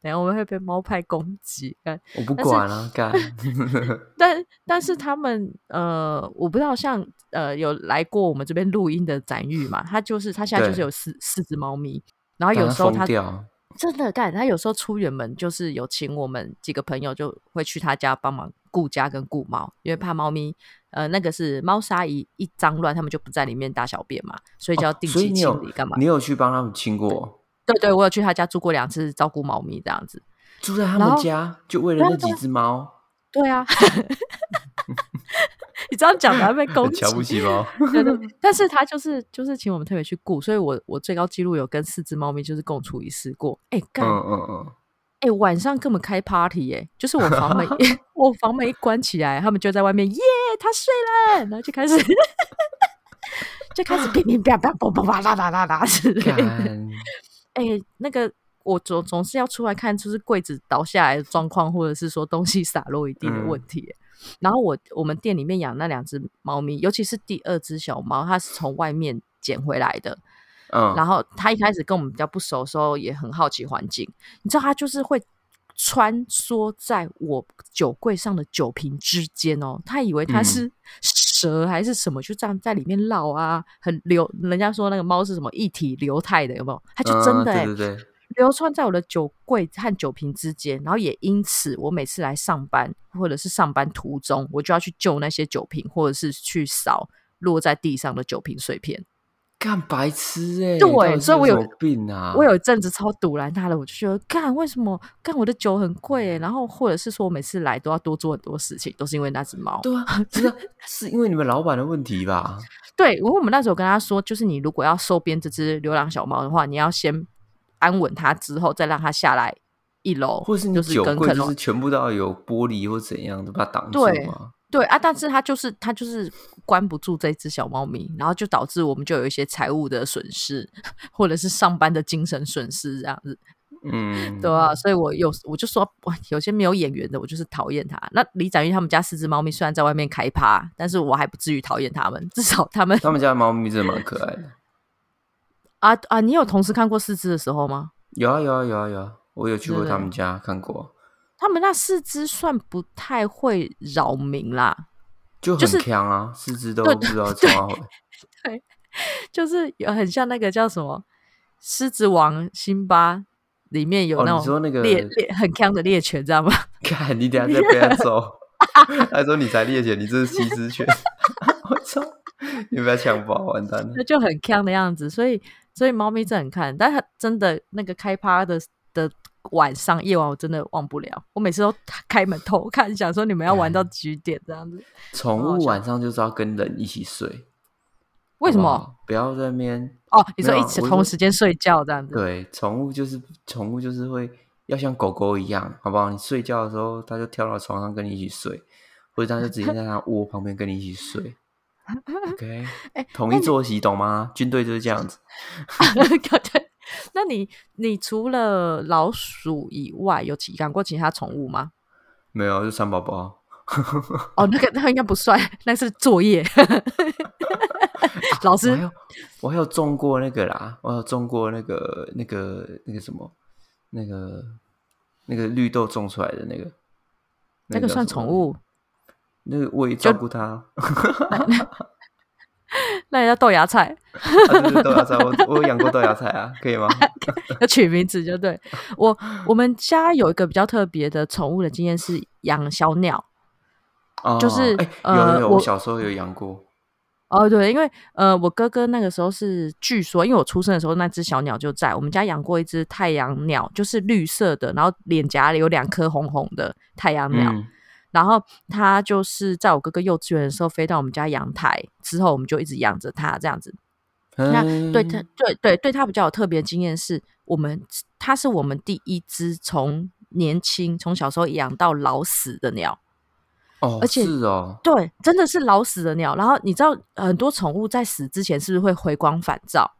等一下我们会被猫派攻击。干我不但是管啊，干，但但是他们呃，我不知道像呃有来过我们这边录音的展玉嘛，他就是他现在就是对有四四只猫咪，然后干有它时候 疯他掉，真的干，他有时候出远门就是有请我们几个朋友就会去他家帮忙顾家跟顾猫，因为怕猫咪呃那个是猫砂一一脏乱，他们就不在里面大小便嘛，所以就要哦定所以期你清有理干嘛？你有去帮他们清过，对对，我有去他家住过两次，照顾猫咪这样子。住在他然们后家就为了 那几只猫，对 啊，你这样讲还被攻很击，瞧不起猫，对对，但是他就是就是请我们特别去顾，所以我我最高纪录有跟四只猫咪就是共处一室过。哎、 干嗯哎、嗯嗯，晚上根本开 party 哎、就是我房门我房门一关起来，他们就在外面耶，他睡了，然后就开始 就开始乒乒乓乓嘣嘣叭啦啦啦啦之类的。干，哎、那个我总总是要出来看，就是柜子倒下来的状况，或者是说东西洒落一地的问题耶。然后我我们店里面养那两只猫咪，尤其是第二只小猫，它是从外面捡回来的。嗯，然后它一开始跟我们比较不熟的时候，也很好奇环境。你知道，它就是会穿梭在我酒柜上的酒瓶之间哦。它以为它嗯是蛇还是什么，就这样在里面绕啊，很流。人家说那个猫是什么一体流态的，有没有？它就真嗯的、欸对对对，流窜在我的酒柜和酒瓶之间，然后也因此，我每次来上班或者是上班途中，我就要去救那些酒瓶，或者是去扫落在地上的酒瓶碎片。干白痴哎、对到底是所以我有什么病啊，我有一阵子超堵拦他的，我就觉得干为什么干我的酒很贵、欸，然后或者是说我每次来都要多做很多事情，都是因为那只猫。对啊，不是啊是因为你们老板的问题吧？对，因为我们那时候跟他说，就是你如果要收编这只流浪小猫的话，你要先安稳它，之后再让它下来一楼，或是你 就是酒跟柜可就能是全部都要有玻璃或怎样的把它挡住对嘛？对啊，但是它就是它就是关不住这只小猫咪，然后就导致我们就有一些财务的损失，或者是上班的精神损失这样子，嗯，对啊，所以我有我就说，哇，有些没有眼缘的，我就是讨厌他。那李展玉他们家四只猫咪虽然在外面开趴，但是我还不至于讨厌他们，至少他们他们家的猫咪真的蛮可爱的。啊啊，你有同时看过四只的时候吗？有啊有啊有啊有啊，我有去过对他们家看过，他们那四只算不太会扰民啦，就就是很强啊，四肢都对不知道怎么回。就是有很像那个叫什么《狮子王》辛巴里面有哦那你种说那个猎猎很强的猎犬，知道吗？ 看你等下再被他揍， 他说你才猎犬，你这是西施犬， 我操！你不要强暴，完蛋了那！就很强的样子，所以所以猫咪真的很看，但它真的那个开趴的的晚上夜晚，我真的忘不了。我每次都开门偷看，想说你们要玩到哎几点这样子？宠好好物笑晚上就是要跟人一起睡，为什好不么？好？不要在那边哦，你说没一有啊起我同说时间睡觉这样子？对，宠物就是宠物就是会要像狗狗一样，好不好？你睡觉的时候，它就跳到床上跟你一起睡，或者它就直接在它窝旁边跟你一 起睡。OK，哎统一作息，懂吗？军队就是这样子。 对。那你你除了老鼠以外，有其养过其他宠物吗？没有，就三宝宝。哦，那个那个应该不算，那是作啊业。 老我还师有我还有种过那个啦，我有种过那个那个那个什么，那个那个绿豆种出来的那个，那个个叫算什么宠，物，那个我也照顾它。啊那也叫豆芽菜，啊对对豆芽菜，我我有养过豆芽菜啊，可以吗？要取名字就对。我我们家有一个比较特别的宠物的经验是养小鸟。哦，就是哎、有呃有有，我我小时候有养过，哦，对，因为呃，我哥哥那个时候是据说，因为我出生的时候那只小鸟就在我们家养过一只太阳鸟，就是绿色的，然后脸颊有两颗红红的太阳鸟。嗯，然后它就是在我哥哥幼稚园的时候飞到我们家阳台之后，我们就一直养着它这样子。那对它嗯，对对对它比较有特别经验是，我们它是我们第一只从年轻从小时候养到老死的鸟。哦，而且是哦，对，真的是老死的鸟。然后你知道很多宠物在死之前是不是会回光返照？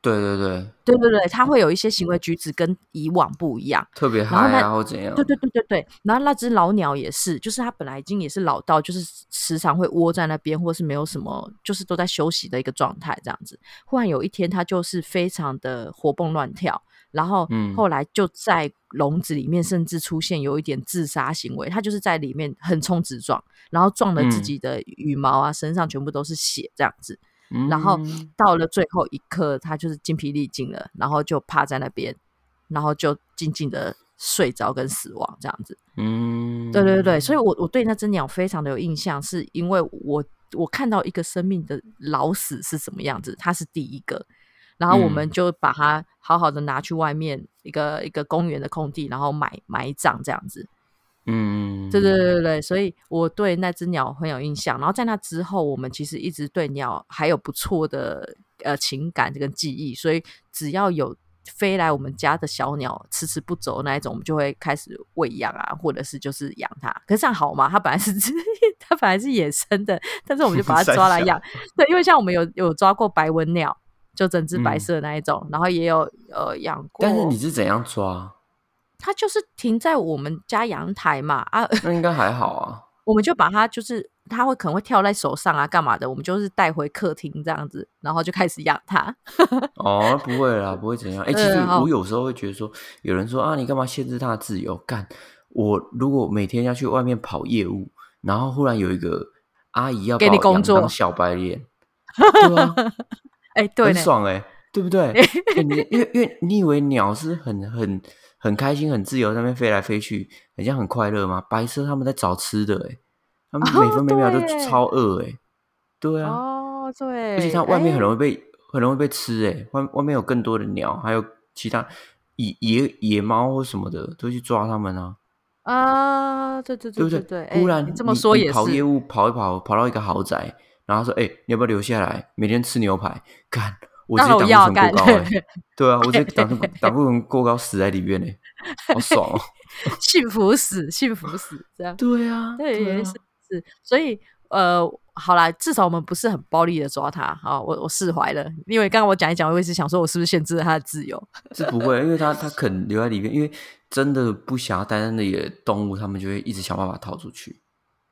对对对，对对对，它会有一些行为举止跟以往不一样。特别后嗨那啊，或怎样？对对对对对，然后那只老鸟也是，就是它本来已经也是老到，就是时常会窝在那边，或是没有什么，就是都在休息的一个状态这样子。忽然有一天，它就是非常的活蹦乱跳，然后嗯后来就在笼子里面，甚至出现有一点自杀行为，它就是在里面横冲直撞，然后撞了自嗯己的羽毛啊，身上全部都是血这样子。嗯然后到了最后一刻，他就是精疲力尽了，然后就趴在那边，然后就静静的睡着跟死亡这样子。嗯，对对对，所以我我对那只鸟非常的有印象，是因为我我看到一个生命的老死是什么样子，它是第一个，然后我们嗯就把它好好的拿去外面一个一个公园的空地，然后埋埋葬这样子。嗯，对对对对对，所以我对那只鸟很有印象。然后在那之后，我们其实一直对鸟还有不错的呃情感跟记忆，所以只要有飞来我们家的小鸟迟迟不走那一种，我们就会开始喂养啊，或者是就是养它。可是这样好吗？它本来是 它本来是野生的，但是我们就把它 三抓来小养。对，因为像我们有有抓过白纹鸟，就整只白嗯色的那一种，然后也有呃养过。但是你是怎样抓？它就是停在我们家阳台嘛啊，那应该还好啊。我们就把它就是它会可能会跳在手上啊，干嘛的，我们就是带回客厅这样子，然后就开始养它。哦，不会啦，不会怎样。哎、其实嗯好我有时候会觉得说，有人说啊，你干嘛限制他的自由？干，我如果每天要去外面跑业务，然后忽然有一个阿姨要给把你我工养作当小白 脸，对啊，哎、对很呢，爽哎、对 不对？欸你因为因为你以为鸟是很很很开心、很自由，在那边飞来飞去，很像很快乐吗？白色他们在找吃的哎、他们哦每分每秒都对耶超饿哎、对啊，哦，对，而且它外面很哎容易被、很容易被吃诶、外外面有更多的鸟，还有其他野野野猫或什么的都去抓它们啊，啊，对对对对不对对？对，哎忽然你你这么说你也跑业是，务跑一跑，跑到一个豪宅，然后他说：“哎、你要不要留下来？每天吃牛排？”干，我直当接然我胆固要醇干过高诶、对啊，我直接胆固胆固醇过高死在里面诶、好爽哦！ 幸福死，幸福死，这 样。对啊，对，啊也是是，所以呃，好啦，至少我们不是很暴力的抓它啊，我我释怀了，因为刚刚我讲一讲，我一直想说我是不是限制了它的自由？是不会，因为它它肯留在里面，因为真的不想要待在那里的动物，它们就会一直想办法逃出去。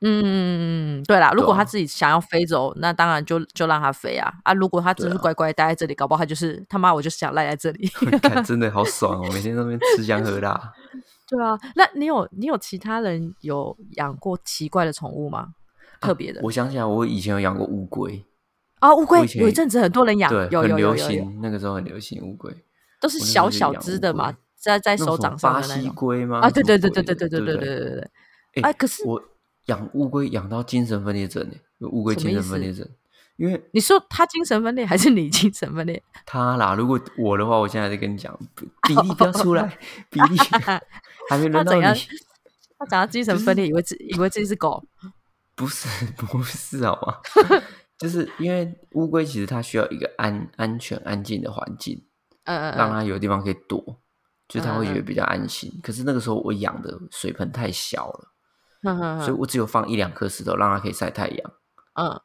嗯，对啦，如果对啊他自己想要飞走，那当然就就让他飞啊啊！如果他只对是啊乖乖待在这里，搞不好他就是他妈我就是想赖在这 里。看，真的好爽哦！每天在那边吃香 喝辣。对啊，那你有你有其他人有养过奇怪的宠物吗？特别的啊我想起来，我以前有养过乌龟，啊，乌龟以前有一阵子很多人养，对，有很有有有流有，行，那个时候很流行乌龟，都是我那时小候就小养只乌的嘛龟，在在那手种什掌么上巴的那西种龟吗？啊，对什对么对对鬼对的对对对对不对对对对，对。哎，哎，可是我养乌龟养到精神分裂症哎，有乌龟什么精意神分思裂症，因为你说他精神分裂还是你精神分裂？它啦，如果我的话，我现在在跟你讲，不比例不要出来，比 例还他没轮到怎样你。？他讲到精神分裂， 以为自以为自己是狗。不是不是好吗？ 就是因为乌龟其实它需要一个安安全安静的环境，嗯嗯嗯，让它有地方可以躲，就它会觉嗯嗯得嗯比较安心。可是那个时候我养的水盆太小了，哼哼所以哼我只有放一两颗石头让它可以晒太阳。嗯。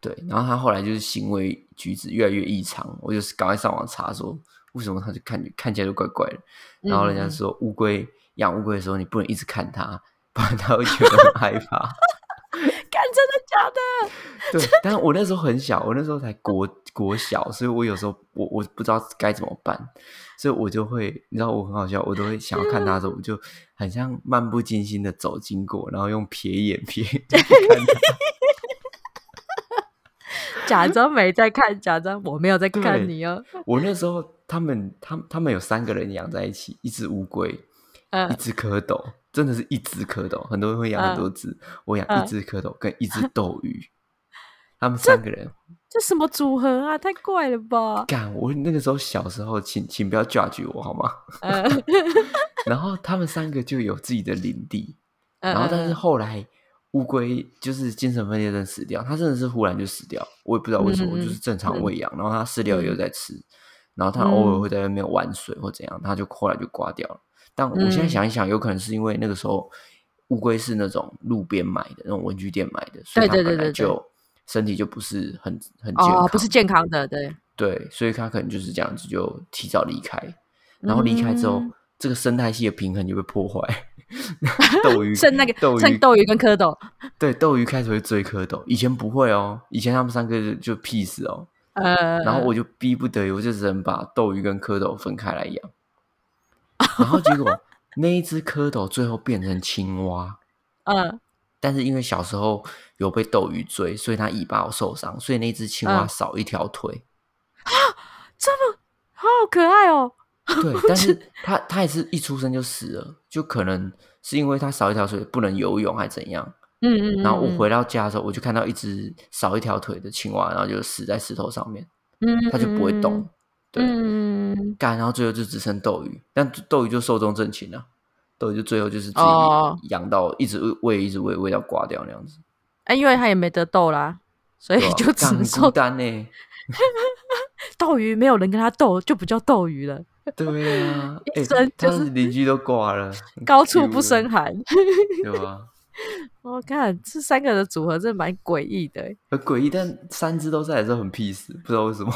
对，然后它后来就是行为举止越来越异常，我就是赶快上网查说为什么它就看看起来就怪怪的。然后嗯人嗯家说乌龟养乌龟的时候你不能一直看它，不然它会觉得很害怕。干，真的假的？对，但是我那时候很小，我那时候才国国小，所以我有时候我我不知道该怎么办，所以我就会，你知道我很好笑，我都会想要看他的时候，我就很像漫不经心的走经过，然后用瞥眼瞥看他，假装没在看，假装我没有在看对你哦。我那时候他们他他们有三个人养在一起，一只乌龟，一嗯，只蝌蚪，真的是一只蝌蚪，很多人会养很多只，我养嗯一只蝌蚪跟一只斗 鱼，他们三个人。这什么组合啊？太怪了吧！干，我那个时候小时候，请请不要 judge 我好吗？ 嗯然后他们三个就有自己的领地，嗯然后但是后来乌龟就是精神分裂症死掉，它真的是忽然就死掉，我也不知道为什么，嗯嗯就是正常喂养，然后它饲料也有在吃，然后它嗯偶尔会在外面玩水或怎样，它就后来就挂掉了。但我现在嗯想一想，有可能是因为那个时候乌龟是那种路边买的，那种文具店买的，所以它对对本对对对来就身体就不是很很健康，哦，不是健康的，对，对，所以它可能就是这样子就提早离开，然后离开之后，嗯这个生态系的平衡就被破坏。 斗 鱼剩那个斗剩鱼斗鱼跟蝌蚪，对斗鱼开始会追蝌蚪，以前不会哦，以前他们三个就就 peace 哦，呃，然后我就逼不得已，我就只能把斗鱼跟蝌蚪分开来养，然后结 果那一只蝌蚪最后变成青蛙，嗯但是因为小时候有被斗鱼追，所以它尾巴有受伤，所以那只青蛙嗯少一条腿。好可爱哦， 对，但是他他也是一出生就死了，就可能是因为他少一条腿不能游泳还怎样。嗯嗯，嗯然后我嗯回到家的时候，我就看到一只少一条腿的青蛙，然后就死在石头上面，嗯它就不会动，。对，嗯嗯嗯干，然后最后就只剩斗鱼，但斗鱼就寿终正寝了、斗鱼就最后就是自哦己养到一直喂一直喂喂到挂掉那样子，哎，因为它也没得斗啦，所以对吧哎啊就只干能很孤说单呢、斗鱼没有人跟它斗，就不叫斗鱼嗯了，对啊， 一哎、生就他是的邻居都挂了，很高处 cute 不胜，寒。对吧？我看这三个的组合真的蛮诡异的欸很诡异，但三只都在的时候很 peace，不知道 为什么。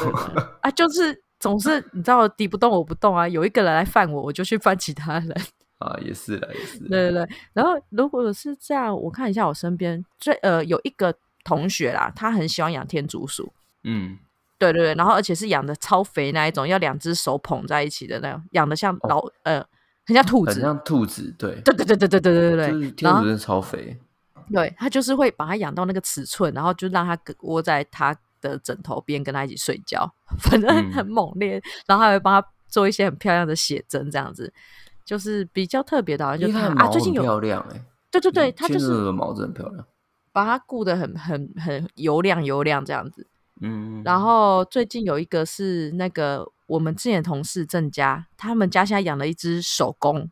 啊，就是总是你知道敌不动我不动啊，有一个人来犯我，我就去犯其他人。 啊，也是啦，也是。对对对。然后如果是这样，我看一下我身边最呃有一个同学啦，他很喜欢养天竺鼠。嗯，对对对，然后而且是养的超肥那一种，要两只手捧在一起的那种，养的像老、呃，很像兔哦很子。像兔子，对，对对对对对对对对就对是，然天后竺真的超肥，对他就是会把它养到那个尺寸，然后就让它跟窝在他的枕头边跟他一起睡觉， 反正嗯很猛烈。然后还会帮他做一些很漂亮的写真，这样子就是比较特别的，好像因就为它的他啊，毛最很近有漂亮哎。对对对，他天就竺鼠是的毛真的很漂亮。把它顾得很很很油亮油亮这样子。嗯，然后最近有一个是那个我们之前的同事郑家，他们家现在养了一只手工，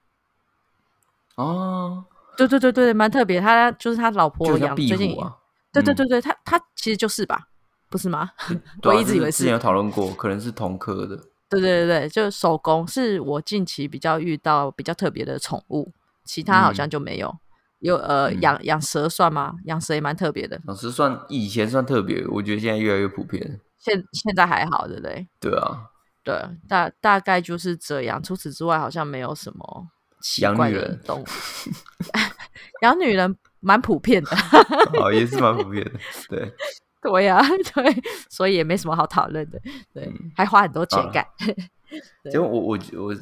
哦，对对对对，蛮特别。他就是他老婆就养像最近壁虎， 啊，对对嗯对对，他他其实就是吧，不是吗？ 对啊我一直以为就是之前有讨论过，可能是同科的。对对对对，就是手工是我近期比较遇到比较特别的宠物，其他好像嗯就没有。有呃，嗯养养蛇算吗？养蛇也蛮特别的，老师算以前算特别，我觉得现在越来越普遍。现现在还好，对不对？对啊， 对，大大概就是这样。除此之外，好像没有什么奇养怪女的人动物。 养女人蛮普遍的， 哦，也是蛮普遍的。对，对呀、 对，所以也没什么好讨论的。对，嗯还花很多钱好了干。对结果我我我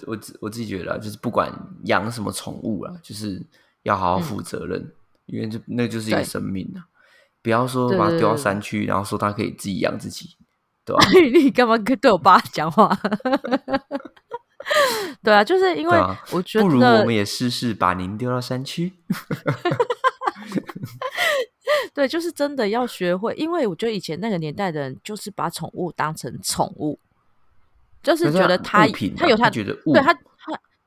我自我自己觉得、啊，就是不管养什么宠物啦，就是要好好负责任，因为这那就是一个嗯对生命啊，不要说对把对它丢到对对山区，然后说它可以自己养自己，对吧、你干嘛跟对我爸讲话？ 对啊，就是因为对啊我觉不如我得，们也试试把您丢到山区。对，就是真的要学会，因为我觉得以前那个年代的人，就是把宠物当成宠物， 就是可觉得它它物品啊、有它，觉得物，对它它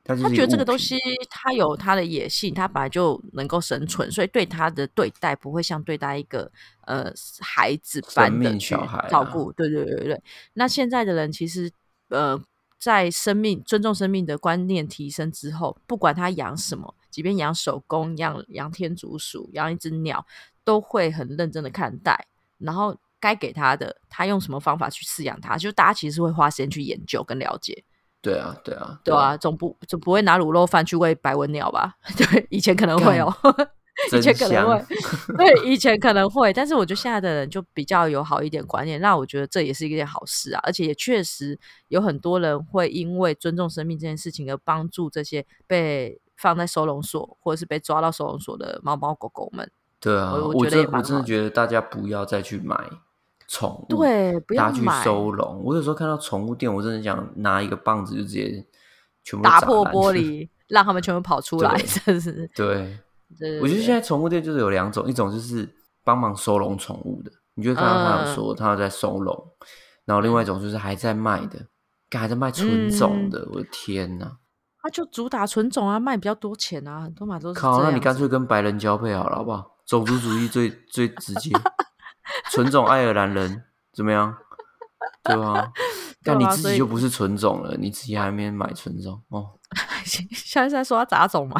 它就是他一觉得这物个东品西，它有它的野性，它本来就能够生存，所以对它的对待不会像对待一个呃孩子般的命去小孩啊照顾。对对对对对。那现在的人其实呃，在生命尊重生命的观念提升之后，不管他养什么，即便养手工、养养天竺鼠、养一只鸟，都会很认真的看待，然后。该给他的，他用什么方法去饲养它，就大家其实会花时间去研究跟了解。对啊，对啊，对啊，，总不总不会拿卤肉饭去喂白文鸟吧？ 对，以前可能会哦、 以真前可能香会，对，以前可能会，但是我觉得现在的人就比较有好一点观念，那我觉得这也是一件好事啊，而且也确实有很多人会因为尊重生命这件事情而帮助这些被放在收容所或者是被抓到收容所的猫猫狗狗们。对啊， 我我我觉得也真蛮我真的好觉得大家不要再去买宠物，对不要大家去买收容。我有时候看到宠物店，我真的想拿一个棒子就直接全部都打砸破烂玻。璃，让他们全部 跑出来，对真是。 对，对对我觉得对现在宠物店就是有两种，一种就是帮忙收容宠物的，你就会看到他嗯有说他有在收容，然后另外一种就是还在卖的，干还在卖纯嗯种的，我的天呐！他就主打纯种啊，卖比较多钱啊，很多嘛都是这靠，样那子。你干脆跟白人交配好了，好不好？种族主义 最最直接，纯种爱尔兰人怎么样？对吧？但 对你啊自所己以就不是纯种了，你自己还没买纯种哦。 现在在说他杂种嘛，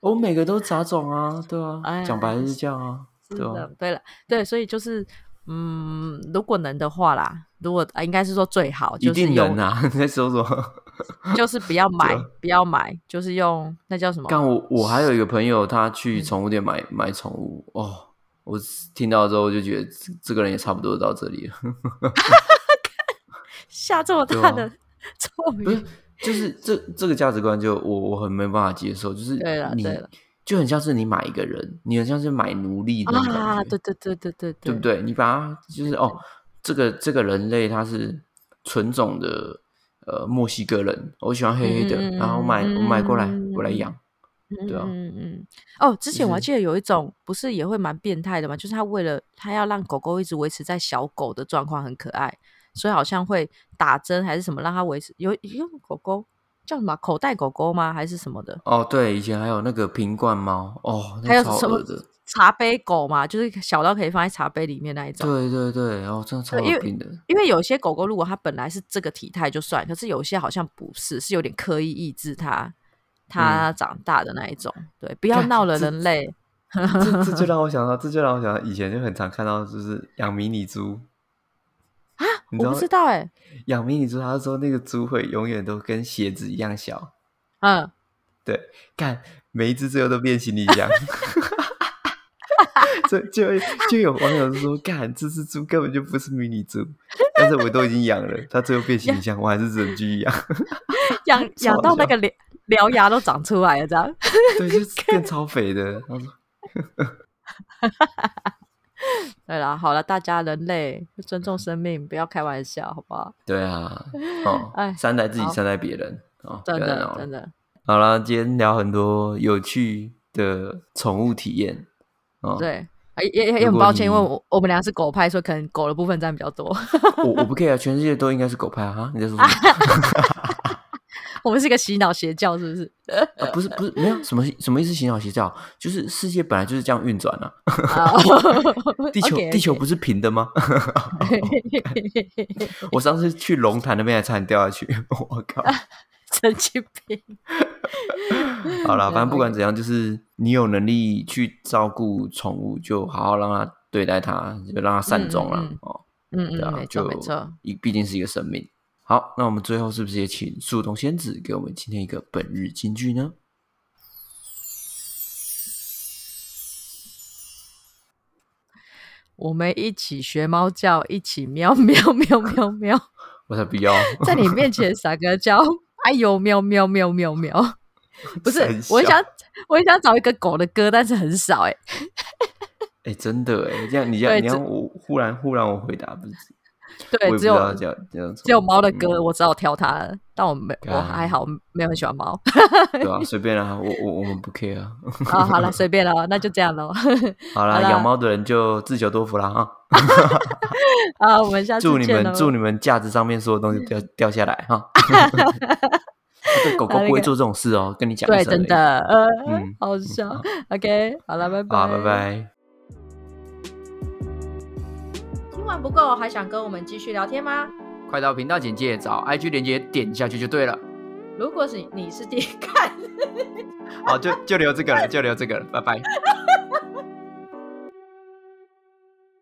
我哦每个都杂种啊，对啊，哎讲白 了是这样啊，是对的啊，，嗯对了，对，所以就是，嗯，如果能的话啦，如果啊应该是说最好，一就是定用能啊！ 你在说什么？ 就是不要买，不要买，就是用那叫什么？但我我还有一个朋友，他嗯去宠物店买买宠物哦，我听到之后就觉得这这个人也差不多到这里了。下这么对大 啊的咒不是语，，就是 这这个价值观就，我我很没办法接受，就是对啦你对啦就很像是你买一个人，你很像是买奴隶那种感觉，啊，对对对对对对对不？对？你把它就是哦，这个这个人类他是纯种的呃墨西哥人，我喜欢黑黑的，嗯然后买我买过来嗯我来养，对啊嗯嗯嗯。哦，之前我还是记得有一种不是也会蛮变态的嘛，就是他为了他要让狗狗一直维持在小狗的状况很可爱，所以好像会打针还是什么让它维持有有狗狗叫什么啊口袋狗狗吗？还是什么的？哦，对，以前还有那个瓶罐猫，哦，那还有超什么恶的，茶杯狗嘛，就是小到可以放在茶杯里面那一种。对对对，哦，真的超对呃因有为 病的，因为有些狗狗如果它本来是这个体态就算，可是有些好像不是，是有点刻意抑制它它长大的那一种。对，不要嗯干闹了，这人类。这这就让我想到，这就让我想到以前就很常看到，就是养迷你猪啊你知我道不知道哎、养迷你猪，他说那个猪会永远都跟鞋子一样小，嗯，对，看每一只最后都变行李箱。 所以就就有网友说，干这只猪根本就不是迷你猪，但是我都已经养了，它最后变行李箱，我还是只能继续养。 养超养到那像个獠 獠牙都长出来了，这样。 对，就是变超肥的。他说对啦，好了，大家人类尊重生命，不要开玩笑，好不好？对啊，哦哎，善待自己，好善待别人哦，真不要再的闹，了真的，好啦，今天聊很多有趣的宠物体验哦。对。哎也也如也很果抱歉，因为你我我们俩是狗派，所以可能狗的部分占比较多。 我我不 care，啊全世界都应该是狗派啊！哈你在说什 么？我们是一个洗脑邪教，是不 是？啊、不是不是，没有什么什么意思，洗脑邪教就是世界本来就是这样运转啊。啊 地球 OK，OK 地球不是平 的吗？我上次去龙潭那边还差点掉下去， 我 靠！神经 病。好啦，对反正不嗯管 OK 怎样，就是你有能力去照顾宠物，就好好让它对待它，就让它善终啦。嗯嗯嗯哦。嗯对嗯，啊没，错就没错。一毕竟是一个生命。好，那我们最后是不是也请树洞仙子给我们今天一个本日金句呢？我们一起学猫叫，一起喵 喵喵喵喵， 我才不要， 在你面前撒个娇， 哎呦喵喵喵喵喵。不是三，我很小想，我很想找一个狗的歌，但是很少哎、哎、真的哎，这样你这样对你要这我忽然忽然我回答不是，我也对，不只知道有这样这样只有猫的歌，嗯我只好挑它了。但我没，我干还好，没有很喜欢猫。 对啊，随便啦，我我我们不 care 啊。啊，好了，随便了，那就这样 喽。好啦，好啦养猫的人就自求多福啦哈。啊，我们下次祝你见们喽。嗯祝你们架子上面所有东西掉掉下 来哈。对，狗狗好那不会个做这种事哦，跟你讲一对，声而真已。的，呃，嗯好笑。OK，好了，拜拜，好，拜。拜。听完不够，还想跟我们继续聊天吗？快到频道简介找 IG 连接点下去就对了。如果是你是第一看，好，就就留这个了，就留这个了，拜拜。